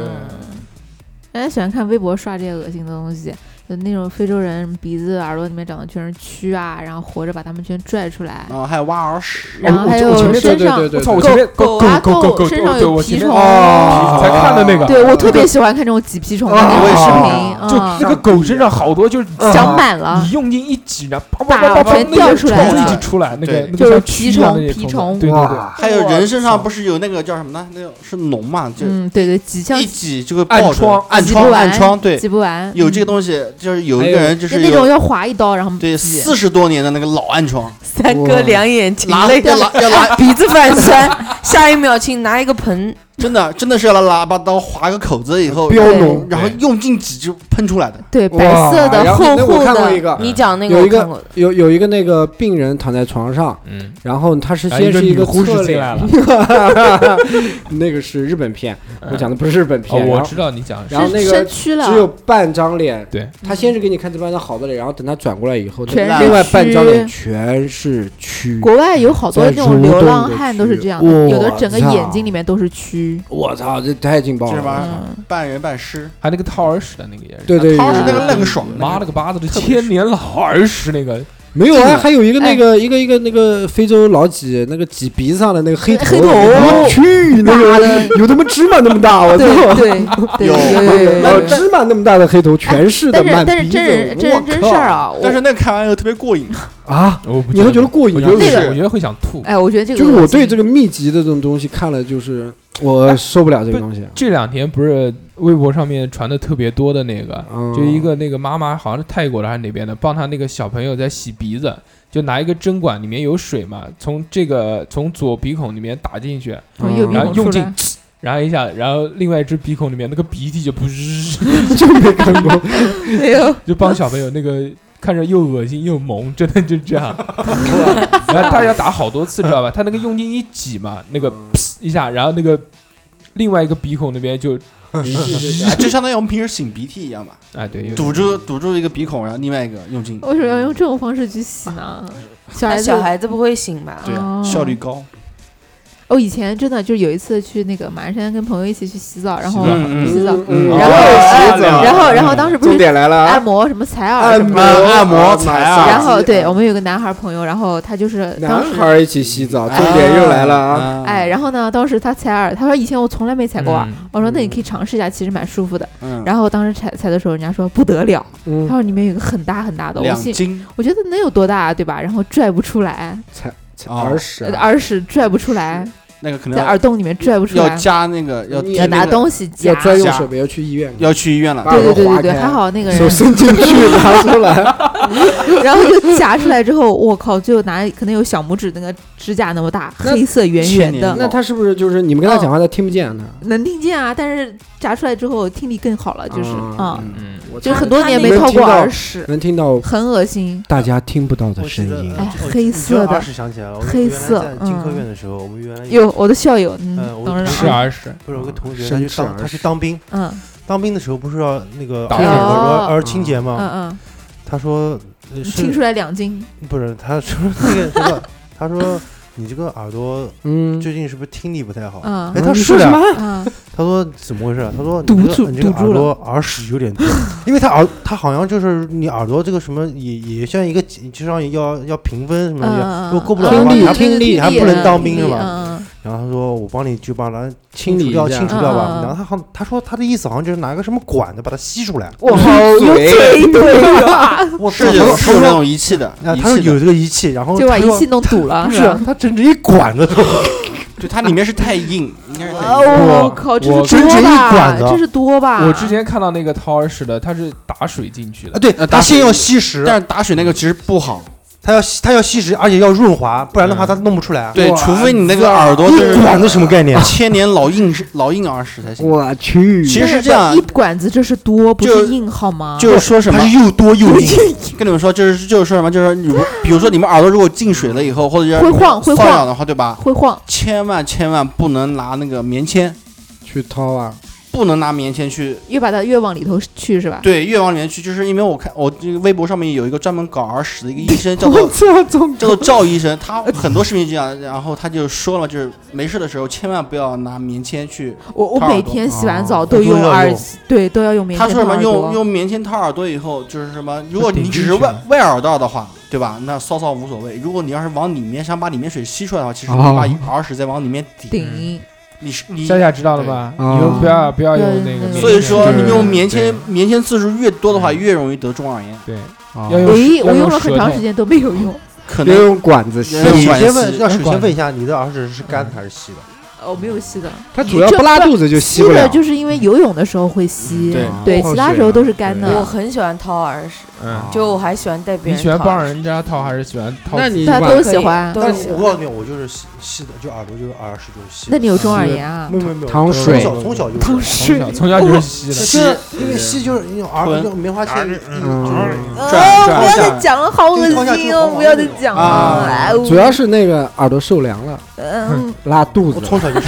人家喜欢看微博刷这些恶心的东西，有那种非洲人鼻子、耳朵里面长的全是蛆啊，然后活着把他们全拽出来，然后还有挖耳屎，然后还我有前面对身上对对哎我操！我对前面狗狗啊狗身上对有我蜱前面啊虫，啊才看的那个，对我特别喜欢看这种挤蜱虫的那我也种是视频，嗯就啊那个狗身上好多就是长满了你。用劲一挤，然后啪啪啪啪啪，全那掉个出虫来一了起出来，那个对那个就是像蜱蛆一样的虫那些虫蜱虫子，对对对，还有人身上不是有那个叫什么呢？那个是脓嘛，就嗯，对对，挤像一挤就会暗爆出疮暗挤疮，不完暗疮，对挤，不完，有这个个东西，就是有一个人就是那种有要划一刀，然后对挤四十多年的那个老暗疮，三哥两眼睛拉泪要了，拉要 拉，鼻子泛酸， 下一秒请拿一个 盆，真的真的是要拿喇叭刀划个口子以后，标对脓，然后用劲挤就喷出来的。对哇白色的啊然厚后那厚我看过一的，个，你讲那有我一个看过，有有一个那个病人躺在床上，嗯，然后他是然后先是女一个护士侧进脸， 来了，那个是日本片，嗯我讲的不是日本哦，片，我然后知道你讲的是然后那是个身躯了，只有半张脸，对，他先是给你看这半张好的脸，然后等他转过来以后，全另外是半张脸蛆全是蛆，国外有好多在那种蠕流动浪的汉蛆都是这样的，有的我整个操眼睛里面都是蛆，须，我操，这太劲爆这玩了！意儿嗯，半人半尸，还有那个掏耳屎的那个也是，对对，他是有那个愣爽，妈了个巴子，这千年老耳屎那个，没有啊？还有一个那哎个一个一个那个非洲老几，那个挤鼻子上的那个黑头，黑头我去，那个有他妈芝麻那么大，我对操！对对，有有有然后有有。芝麻那么大的黑头全是的，但是满但是鼻真人子，真我人真事儿靠啊，我但是那个看完以后特别过瘾，啊！ 我不你会觉得过瘾我吗觉得？那个我觉得会想吐。哎，我觉得这个就是我对这这个密集的这种东西看了，就是我受不了这个东西。这两天不是微博上面传的特别多的那个，嗯就一个那个妈妈好像是泰国的还是哪边的，帮她那个小朋友在洗鼻子，就拿一个针管里面有水嘛，从这个从左鼻孔里面打进去，从右鼻然后孔用出劲来，然后一下，然后另外一只鼻孔里面那个鼻涕就噗嗤，就没看过，没有，就帮小朋友那个看着又恶心又萌，真的就这样。然后他要打好多次，知道吧？他那个用劲一挤嘛，那个噗一下，然后那个另外一个鼻孔那边就哎就相当于我们平时擤鼻涕一样嘛，哎对，有堵住堵住一个鼻孔，然后另外一个用劲，为什么要用这种方式去洗呢？小那孩子，小孩子不会醒吧？对啊哦，效率高。哦，以前真的就是有一次去那个马鞍山跟朋友一起去洗澡，然后洗澡洗澡，嗯然后哦洗澡然后然后当时不重是点来了啊，按摩什么采耳按什么摩的，按摩踩踩耳耳然后对我们有个男孩朋友，然后他就是当男时孩儿一起洗澡，嗯哦哎重点又来了啊！啊哎，，然后呢，当时他采耳，他说以前我从来没采过啊耳。嗯我说那你可以尝试一下，其实蛮舒服的。嗯然后当时采采的时候，人家说不得了，他嗯，说里面有一个很大很大的，我两心斤我觉得能有多大啊，对吧？然后拽不出来，啊耳屎呃耳屎拽不出来，那个啊可能在耳洞里面拽不出要来，加那个要你要贴那拿个东西夹要。专用手别要去医院，要去医院了把，对对对耳朵划对对，啊开还好那个手人，伸进去拿出来， 然后就夹出来之后，我靠，最后拿可能有小拇指那个指甲那么大，那黑色圆千圆年的，那他是不是就是你们跟他嗯讲话他听不见他？能听见啊，但是夹出来之后听力更好了，就是啊嗯，嗯，我就是操很多年没能掏听过到耳屎，能听到很恶心。大家听不到的我记声得音，哎我黑你色说的耳屎想起来了，我黑原来色在金科嗯院的时候，我们原来有有我的校友，嗯呃，我当吃时啊耳屎，不是有个同学，他生去吃当耳他去屎当兵，嗯当兵的时候不是要那个打耳耳朵耳耳清洁嗯吗？嗯，他说呃听出是来两斤，不是？他说那个什么？他说你这个耳朵嗯，最近是不是听力不太好？嗯哎，嗯他你是说的什呀。 么？嗯，他说怎么回事啊？他说你堵这个住你这个堵住耳朵耳屎有点多，因为他耳他好像就是你耳朵这个什么也也像一个就像要要评分什么嗯的，嗯啊如果过不了听的话，力你还听力你还不能当兵是吧？嗯然后他说我帮你就把它清清除理掉，一下清除掉吧。嗯嗯嗯然后他好像他说他的意思好像就是拿个什么管子把它吸出来。我好有嘴嗯对吧？我是有是有那种仪器的，啊，仪他说器的有这个仪器，然后就把他仪说器弄堵了，不是是吧？他整整一管子， 对，它里面是太硬，应该是太硬。哦我我靠，这我是真是多一吧？管子这是多吧？我之前看到那个掏耳屎的，他是打水进去啊，的，对呃他打先水要吸食，但是打水那个其实不好，他要吸他要吸食，而且要润滑，不然的话嗯他弄不出来啊。对，哇除非你那个耳朵就一是管子什么 概念？啊千年老硬是老硬耳屎才行。我去，其实是这样一，管子这是多，不就是硬好吗？就是说什么它，是又多又硬，跟你们说，就是就是说什么，就是你比如说你们耳朵如果进水了以后，或者是会晃会晃瘙痒的话，对吧？ 会晃，千万千万不能拿那个棉签，去掏啊！不能拿棉签去，越把它越往里头去是吧？对，越往里面去，就是因为我看我这个微博上面有一个专门搞耳屎的一个医生，叫我做操，总叫做赵医生，他很多视频就这样，然后他就说了，就是没事的时候千万不要拿棉签去，我我掏耳每朵天洗完哦澡都都用要耳用机，对，都要用棉他签说什么掏耳用朵用棉签掏耳朵以后，就是什么，如果顶你进只是去外了外耳道的话，对吧？那搔搔无所谓。如果你要是往里面想把里面水吸出来的话，其实你哦把耳屎再往里面顶，顶，你是你。夏夏知道了吧？对以后不要不要对用那个对棉签，所以说，对你用棉对签棉签次数越多的话，嗯越容易得中耳炎，对，啊要用诶，舌我要用用了很舌长头时间都没有用，可别能用管子吸也，那有你管先吸问，要首管先子问一下，你的耳屎是干的还是稀的？哦，没有吸的，他主要不拉肚子就吸不的了。就是因为游泳的时候会吸，对对，泡其他水时候啊都是干对我的。很喜欢掏耳屎，哦嗯，就我还喜欢带你别人。喜欢帮？人家掏还是喜欢掏？那你大家晚都可喜以欢都但喜是欢我告诉你，我就是吸吸的，就耳朵就是耳屎就是吸的。那你有中耳是炎啊？没有没有没有，糖从水小从小就是当从时小从小就是吸的，现在因为吸就是你耳朵吞用棉花切，嗯哦，转不要再转讲了，好恶经常下心去哦！黄不要黄再那种讲啊了，哎我主要是那个耳朵受凉了，嗯，拉肚子我。从小就是。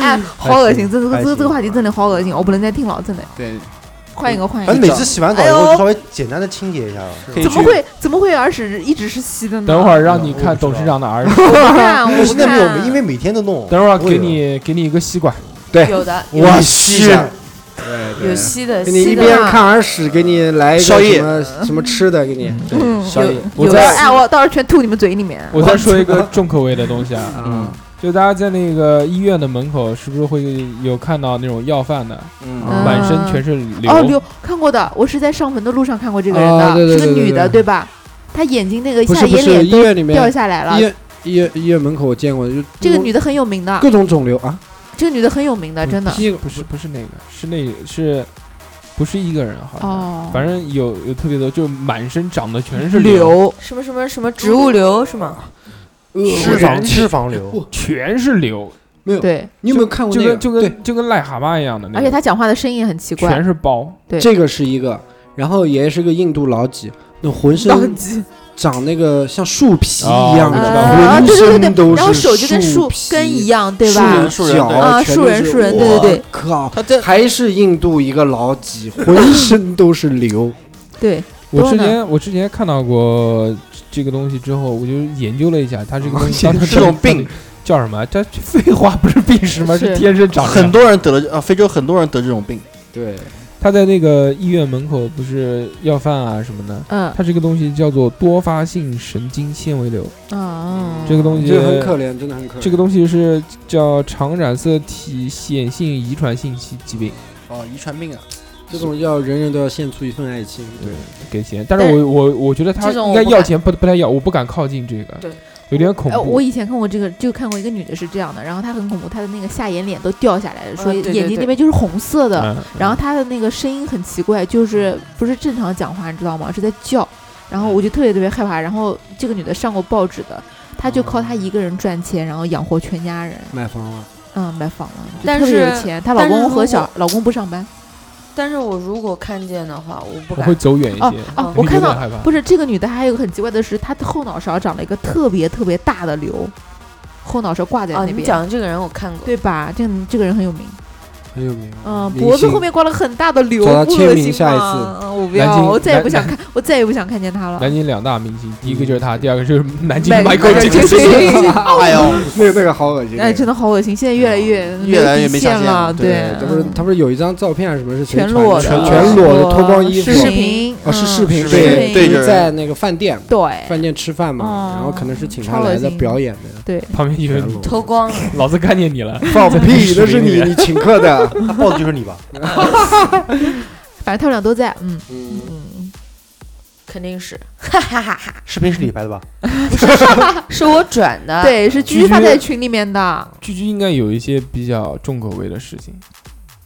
哎，好恶心，这这还个这个行这个话题真的好恶心，我不能再听了，真的。对，换一个，换一反个正。每次洗完澡以哎后呦就稍微简单的清洁一下吧。可以怎么去会怎么会耳屎一直是稀的呢？嗯等会儿让你我看不知道董事长的儿我 子，不 看，我不现在没有，看，因为每天都弄。等会儿不会给有你给你一个吸 管，有的有我吸一下，有稀的，给你一稀的边看耳屎，给你来一个宵夜什么什么吃的，给你。嗯小野我有的再哎，我到时候全吐你们嘴里面。我再说一个重口味的东西 啊，嗯，就大家在那个医院的门口，是不是会有看到那种要饭的，嗯满身全是瘤？哦，刘看过的，我是在上坟的路上看过这个人啊对的，是对个对对女的，对对吧？她眼睛那个不下是不眼是，脸医都院里面掉下来了医。院医院医院门口我见过，就这个女的很有名的，各种肿瘤啊，这个女的很有名的，真的。屁股不是不是那个，是那是不是一个人？好像，哦，反正有有特别多，就满身长的全是瘤，柳什么什么什么植物瘤是吗？脂肪脂肪瘤，全是瘤，对，你有没有看过就那个？跟就对跟就跟癞蛤蟆一样的那而且个，她讲话的声音也很奇怪全。是包。对这个是一个，然后也是个印度老几，那浑身长那个像树皮一样的，啊，浑对对对身都对，是然后手就跟树树根一，样，对树吧人？树人脚啊全树都人是树人对对我对靠，他这还是印度一个老几，浑身都是 瘤。对，我多之呢前我之前看到过这个东西之后，我就研究了一下，它这个东西研当时究这种病到底叫什么？这这废话不是病是吗？是是天生长很的。多人得了啊，非洲很多人得这种病，对，他在那个医院门口不是要饭啊什么的，嗯它这个东西叫做多发性神经纤维瘤，嗯，这个东西这个很可怜，真的很可怜。这个东西是叫常染色体显性遗传性疾疾病，哦，遗传病啊，这种要人人都要献出一份爱心。对，给钱。但是我我我觉得他这种应我该不要敢钱不不太要，我不敢靠近这个，对，有点恐哎，怖我。以前看过这个，就看过一个女的是这样的，然后她很恐怖，她的那个下眼脸都掉下来了，说嗯对对眼睛对那边就是红色的，嗯然后她的那个声音很奇怪，就是不是正常讲话，你知道吗？是在叫，然后我就特别特别害怕。然后这个女的上过报纸的，她就靠她一个人赚钱，然后养活全家人，买房了，嗯，买房了，就但特别有是钱。她但老是公如和小果老公不上班，但是我如果看见的话，我不我敢会。走远一些。哦哦，我会看有点到害怕不是这个女的，还有一个很奇怪的是，她的后脑勺长了一个特别特别大的瘤，后脑勺挂在啊，那你边，讲的这个人我看过，对吧？这个这个人很有名。很有名。 嗯，明脖子星后面挂了很大的瘤，找他不签恶名心下一吗嗯，我不南要，京我再也不南想看，我再也不想看见他了。南京两大明星，第一个就是嗯他，第二个就是南京麦 Michael 克 Jackson。 哎呦，那个 那个好恶心。哎，真的好恶心！现在越来啊越越来越底没下线限了，了对他不是他不是有一张照片啊还是什么是谁全传裸的，的全全裸的我脱光衣服视频哦是视嗯频视对频对着就人是在那个饭店对饭店吃饭嘛，嗯然后可能是请他超恶来的心表演的。对， 旁边有人，偷光了。老子嗯看见你 了，放屁，那是你你请客的。他报的就是你吧？反正他们俩都在， 嗯嗯，嗯，肯定 是，哈哈哈哈！视频是你拍的吧？是我转的，，对，是居居居发在群里面的，居居应该有一些比较重口味的事情，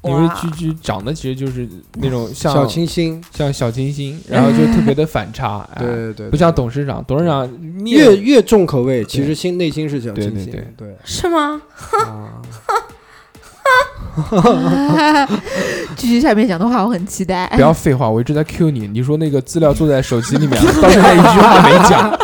因为居居长得其实就是那种像小清新，像小清新，然后就特别的反差，哎 对对对，不像董事长，董事长面越越重口味，其实心内心是小清对新对的。对，是吗？啊 居居下面讲的话，我很期待。不要废话，我一直在 Q 你，你说那个资料做在手机里面，到现在一句话没 讲，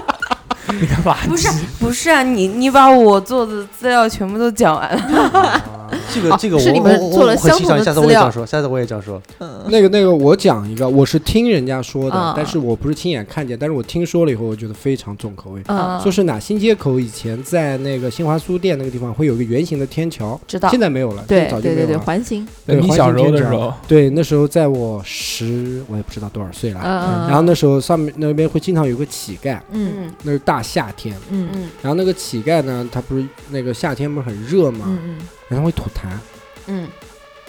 你干嘛？不是不是啊，你你把我做的资料全部都讲完了， 这个这个我啊是你们我做了我很相欣同赏，的下资次我也这料样说，下次我也这样说。那个那个，我讲一个，我是听人家说的啊，但是我不是亲眼看见，但是我听说了以后，我觉得非常重口味。嗯，说是哪新街口以前在那个新华书店那个地方会有一个圆形的天桥，知道现在没有了，对早就对对没有对，了。环形，对你小时候的时候，对，那时候在我十，我也不知道多少岁了。嗯嗯然后那时候上面那边会经常有个乞丐，嗯嗯那是大夏天。嗯嗯嗯哎然后那个乞丐呢，他不是那个夏天不是很热嘛，嗯然后他会吐痰，嗯，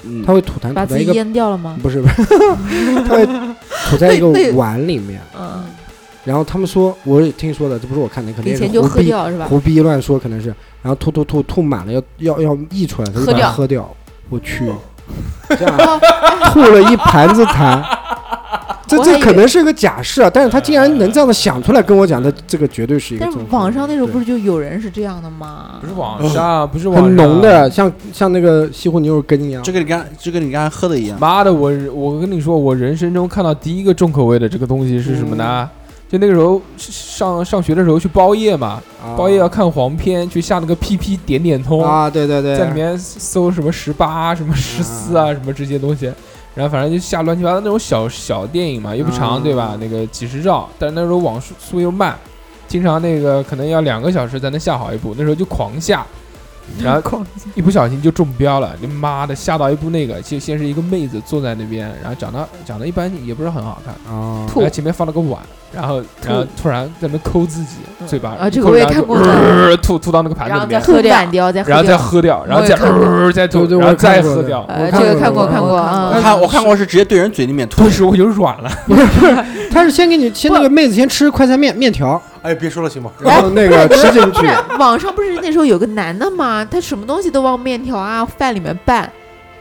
嗯他会吐痰嗯，把吐在自一己个淹掉了吗？不是 不是，他会吐在一个 那那碗里面。嗯，然后他们说，我也听说的，这不是我看的，肯定以是前就胡喝逼掉是吧？胡逼乱说，可能是，然后吐吐吐吐满了，要要要溢出来，他就喝把它掉喝掉。我去，哦 这样吐了一盘子痰。这我还这以可为能是个假设啊，但是他竟然能这样的想出来跟我讲，他这个绝对是一个但中是国人。网上那时候对不是就有人是这样的吗？不是网上，啊不是网上，哦很浓的，像像那个西湖牛肉羹一样。这跟你刚就跟你刚才喝的一样，妈的，我我跟你说，我人生中看到第一个重口味的这个东西是什么呢？嗯就那个时候上上学的时候去包夜嘛，啊包夜要看黄片，去下那个 PP 点点通，啊，对对对，嗯在里面搜什么十八、什么十四啊、什么这些东西。然后反正就下乱七八糟那种小小电影嘛，又不长，嗯对吧？那个几十兆，但是那时候网速速又慢，经常那个可能要两个小时才能下好一部，那时候就狂下，然后狂一不小心就中标了，你妈的下到一部那个，先先是一个妹子坐在那边，然后长得长得一般，也不是很好看，啊，吐然后前面放了个碗，然后然后突然在那抠自己嘴巴，啊一这个抠我也然后看就过的呃吐吐到那个盘子然后里面 再，吐喝掉满掉再嗯喝然后再掉喝掉，然后我再也看过呃再吐，对对然后我看再过喝的掉。呃，我这看个过看过我看看过过啊我，看我看过嗯是直接对人嘴里面吐当。时我就软了，他是先给你先那个妹子先吃快餐面面条，哎，别说 了行吗？然后那个吃进不去是， 网上不是那时候有个男的嘛，他什么东西都往面条啊饭里面拌，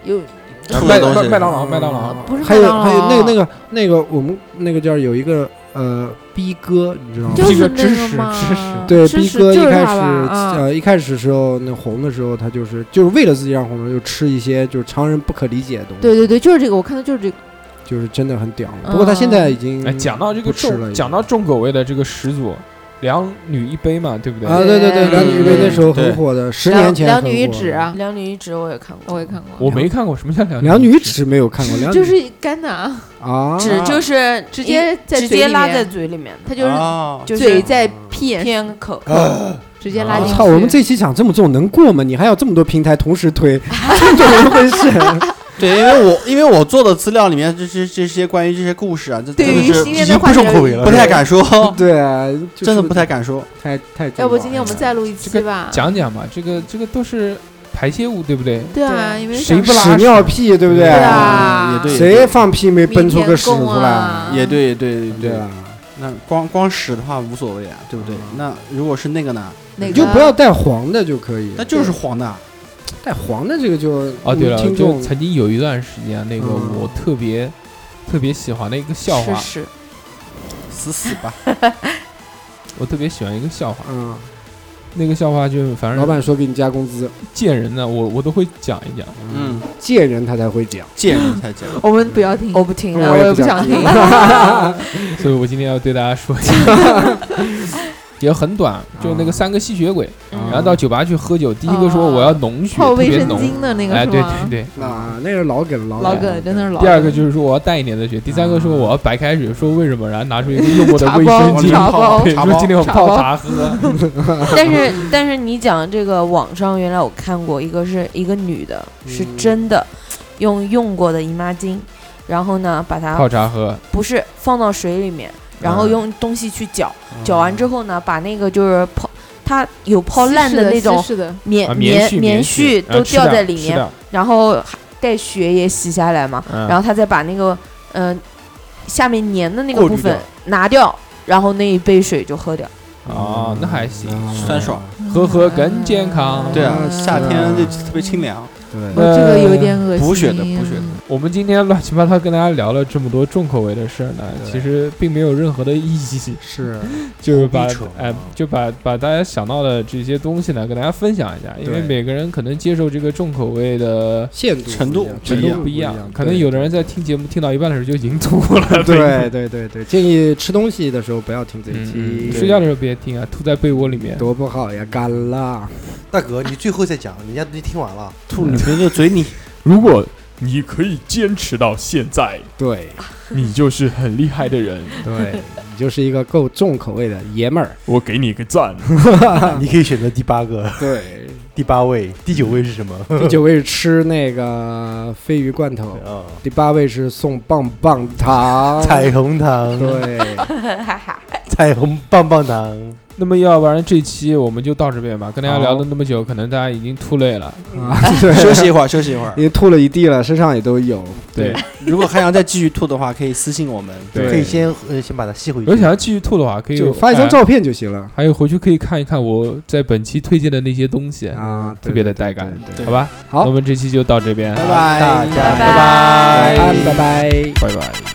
有吐麦的东麦西麦当嗯劳麦当劳，不是啊还有麦当劳啊还有那个那个那个我们那个叫有一个呃逼哥，你知道吗？就这个是知那个识嘛知识，对，知逼识哥一就是开他始、吧啊，呃一开始时候那红的时候，他就是就是为了自己让红，就吃一些就是常人不可理解的东西，对对嗯对，就是这个，我看的就是这个，就是真的很屌了。不过他现在已经嗯哎，讲到这个不吃了已重，经讲到重口味的这个始祖，两女一杯嘛，对不对？啊，对对对，嗯两女一杯那时候对很火的，十两年前两很女一火指的啊，两女一指我也看过，我也看过，我没看过什么叫两两女一一指指没有看过，两女就是干的啊，啊，指就是直接在直嘴接里拉面在嘴里面的，他就是啊就是嘴在屁眼偏口，啊直接拉进我去。啊操！我们这期讲这么重能过吗？你还有这么多平台同时推， 这怎么回事？对，因为我因为我做的资料里面，这这这些关于这些故事啊，这对真的于是新鲜的话题而言，不太敢说，对啊，就 是真的不太敢说。太太重要了。要不今天我们再录一这期个吧？讲讲嘛，这个这个都是排泄物，对不对？对啊，因为谁不拉屎尿屁，对不对？对啊嗯也对，谁放屁没明奔出天个屎供出啊来？也对，也对，也对，对啊，那光光屎的话无所谓啊，对不对？那如果是那个呢？那你个就不要带黄的就可以。那就是黄的，啊带黄的这个就哦，对了，听就众曾经有一段时间，啊那个嗯我特别特别喜欢的一个笑话，是死死吧。我特别喜欢一个笑话，嗯，那个笑话就反老正板说给你加工资，见人呢，我我都会讲一 讲。嗯，贱人他才会讲，见人才见。我们不要听，我不听啊了，我也也不想听。 所以我今天要对大家说一下， 也很短，就那个三个吸血鬼，嗯然后到酒吧去喝酒，第一个说我要浓血，嗯泡 特卫别生浓，巾的那个哎，是对吗嗯对？对。啊，那是老梗老老梗梗真的是老梗。第二个就是说我要淡一点的血，第三个说我要白开水，说为什么，然后拿出一个用过的嗯茶卫包生往巾里，茶包对，茶说包今天我茶泡包茶喝， 但是但是你讲这个网上原来我看过一个是一个女的，是嗯真的用用过的姨妈巾，然后呢把它泡茶喝，不是放到水里面，然后嗯哦用东西去搅，搅完之后呢把那个就是泡它有泡稀烂释的那种稀释的，棉啊棉絮啊棉棉絮然后都吃掉掉在里吃面，掉然后还带血也洗下来嘛，嗯然后他再把那个呃下面粘的那个过部滤掉分拿掉，然后那一杯水就喝掉。哦，那还行，啊酸爽，喝喝更健康。对啊，嗯夏天就特别清凉。我对，这个有点恶心。呃补血的补血的我们今天乱七八糟跟大家聊了这么多重口味的事儿呢，其实并没有任何的意义，是就是把胡逼扯哎、就把把大家想到的这些东西呢，跟大家分享一下，因为对每个人可能接受这个重口味的限度程度不程不一一样度样不一样，可能有的人在听节目听到一半的时候就已经吐了，对对对对，建议吃东西的时候不要听这一嗯，期，睡觉的时候别听啊，吐在被窝里面，多不好呀，干了。 大哥，你最后再讲，人家都听完了。吐 你别就嘴里，如果你可以坚持到现在，对你就是很厉害的人，对，你就是一个够重口味的爷们儿。我给你个赞。你可以选择第八个、对，第八位、第九位是什么？ 第九位是吃那个鲱鱼罐头，啊，第八位是送棒棒糖， 彩虹糖、对， 彩虹棒棒糖。那么要不然这期我们就到这边吧，跟大家聊了那么久，可能大家已经吐累了， 啊，对，休息一会儿，休息一会儿已。经吐了一地了，身上也都有。对。 如果还想再继续吐的话，可以私信我们。对可以先呃先把它吸回去。如果想要继续吐的话，可以就发一张哎照片就行了还有回去可以看一看我在本期推荐的那些东西，啊，特别的带感，对，对好吧？好那我们这期就到这边，拜拜，大家拜晚拜安，拜拜。拜拜。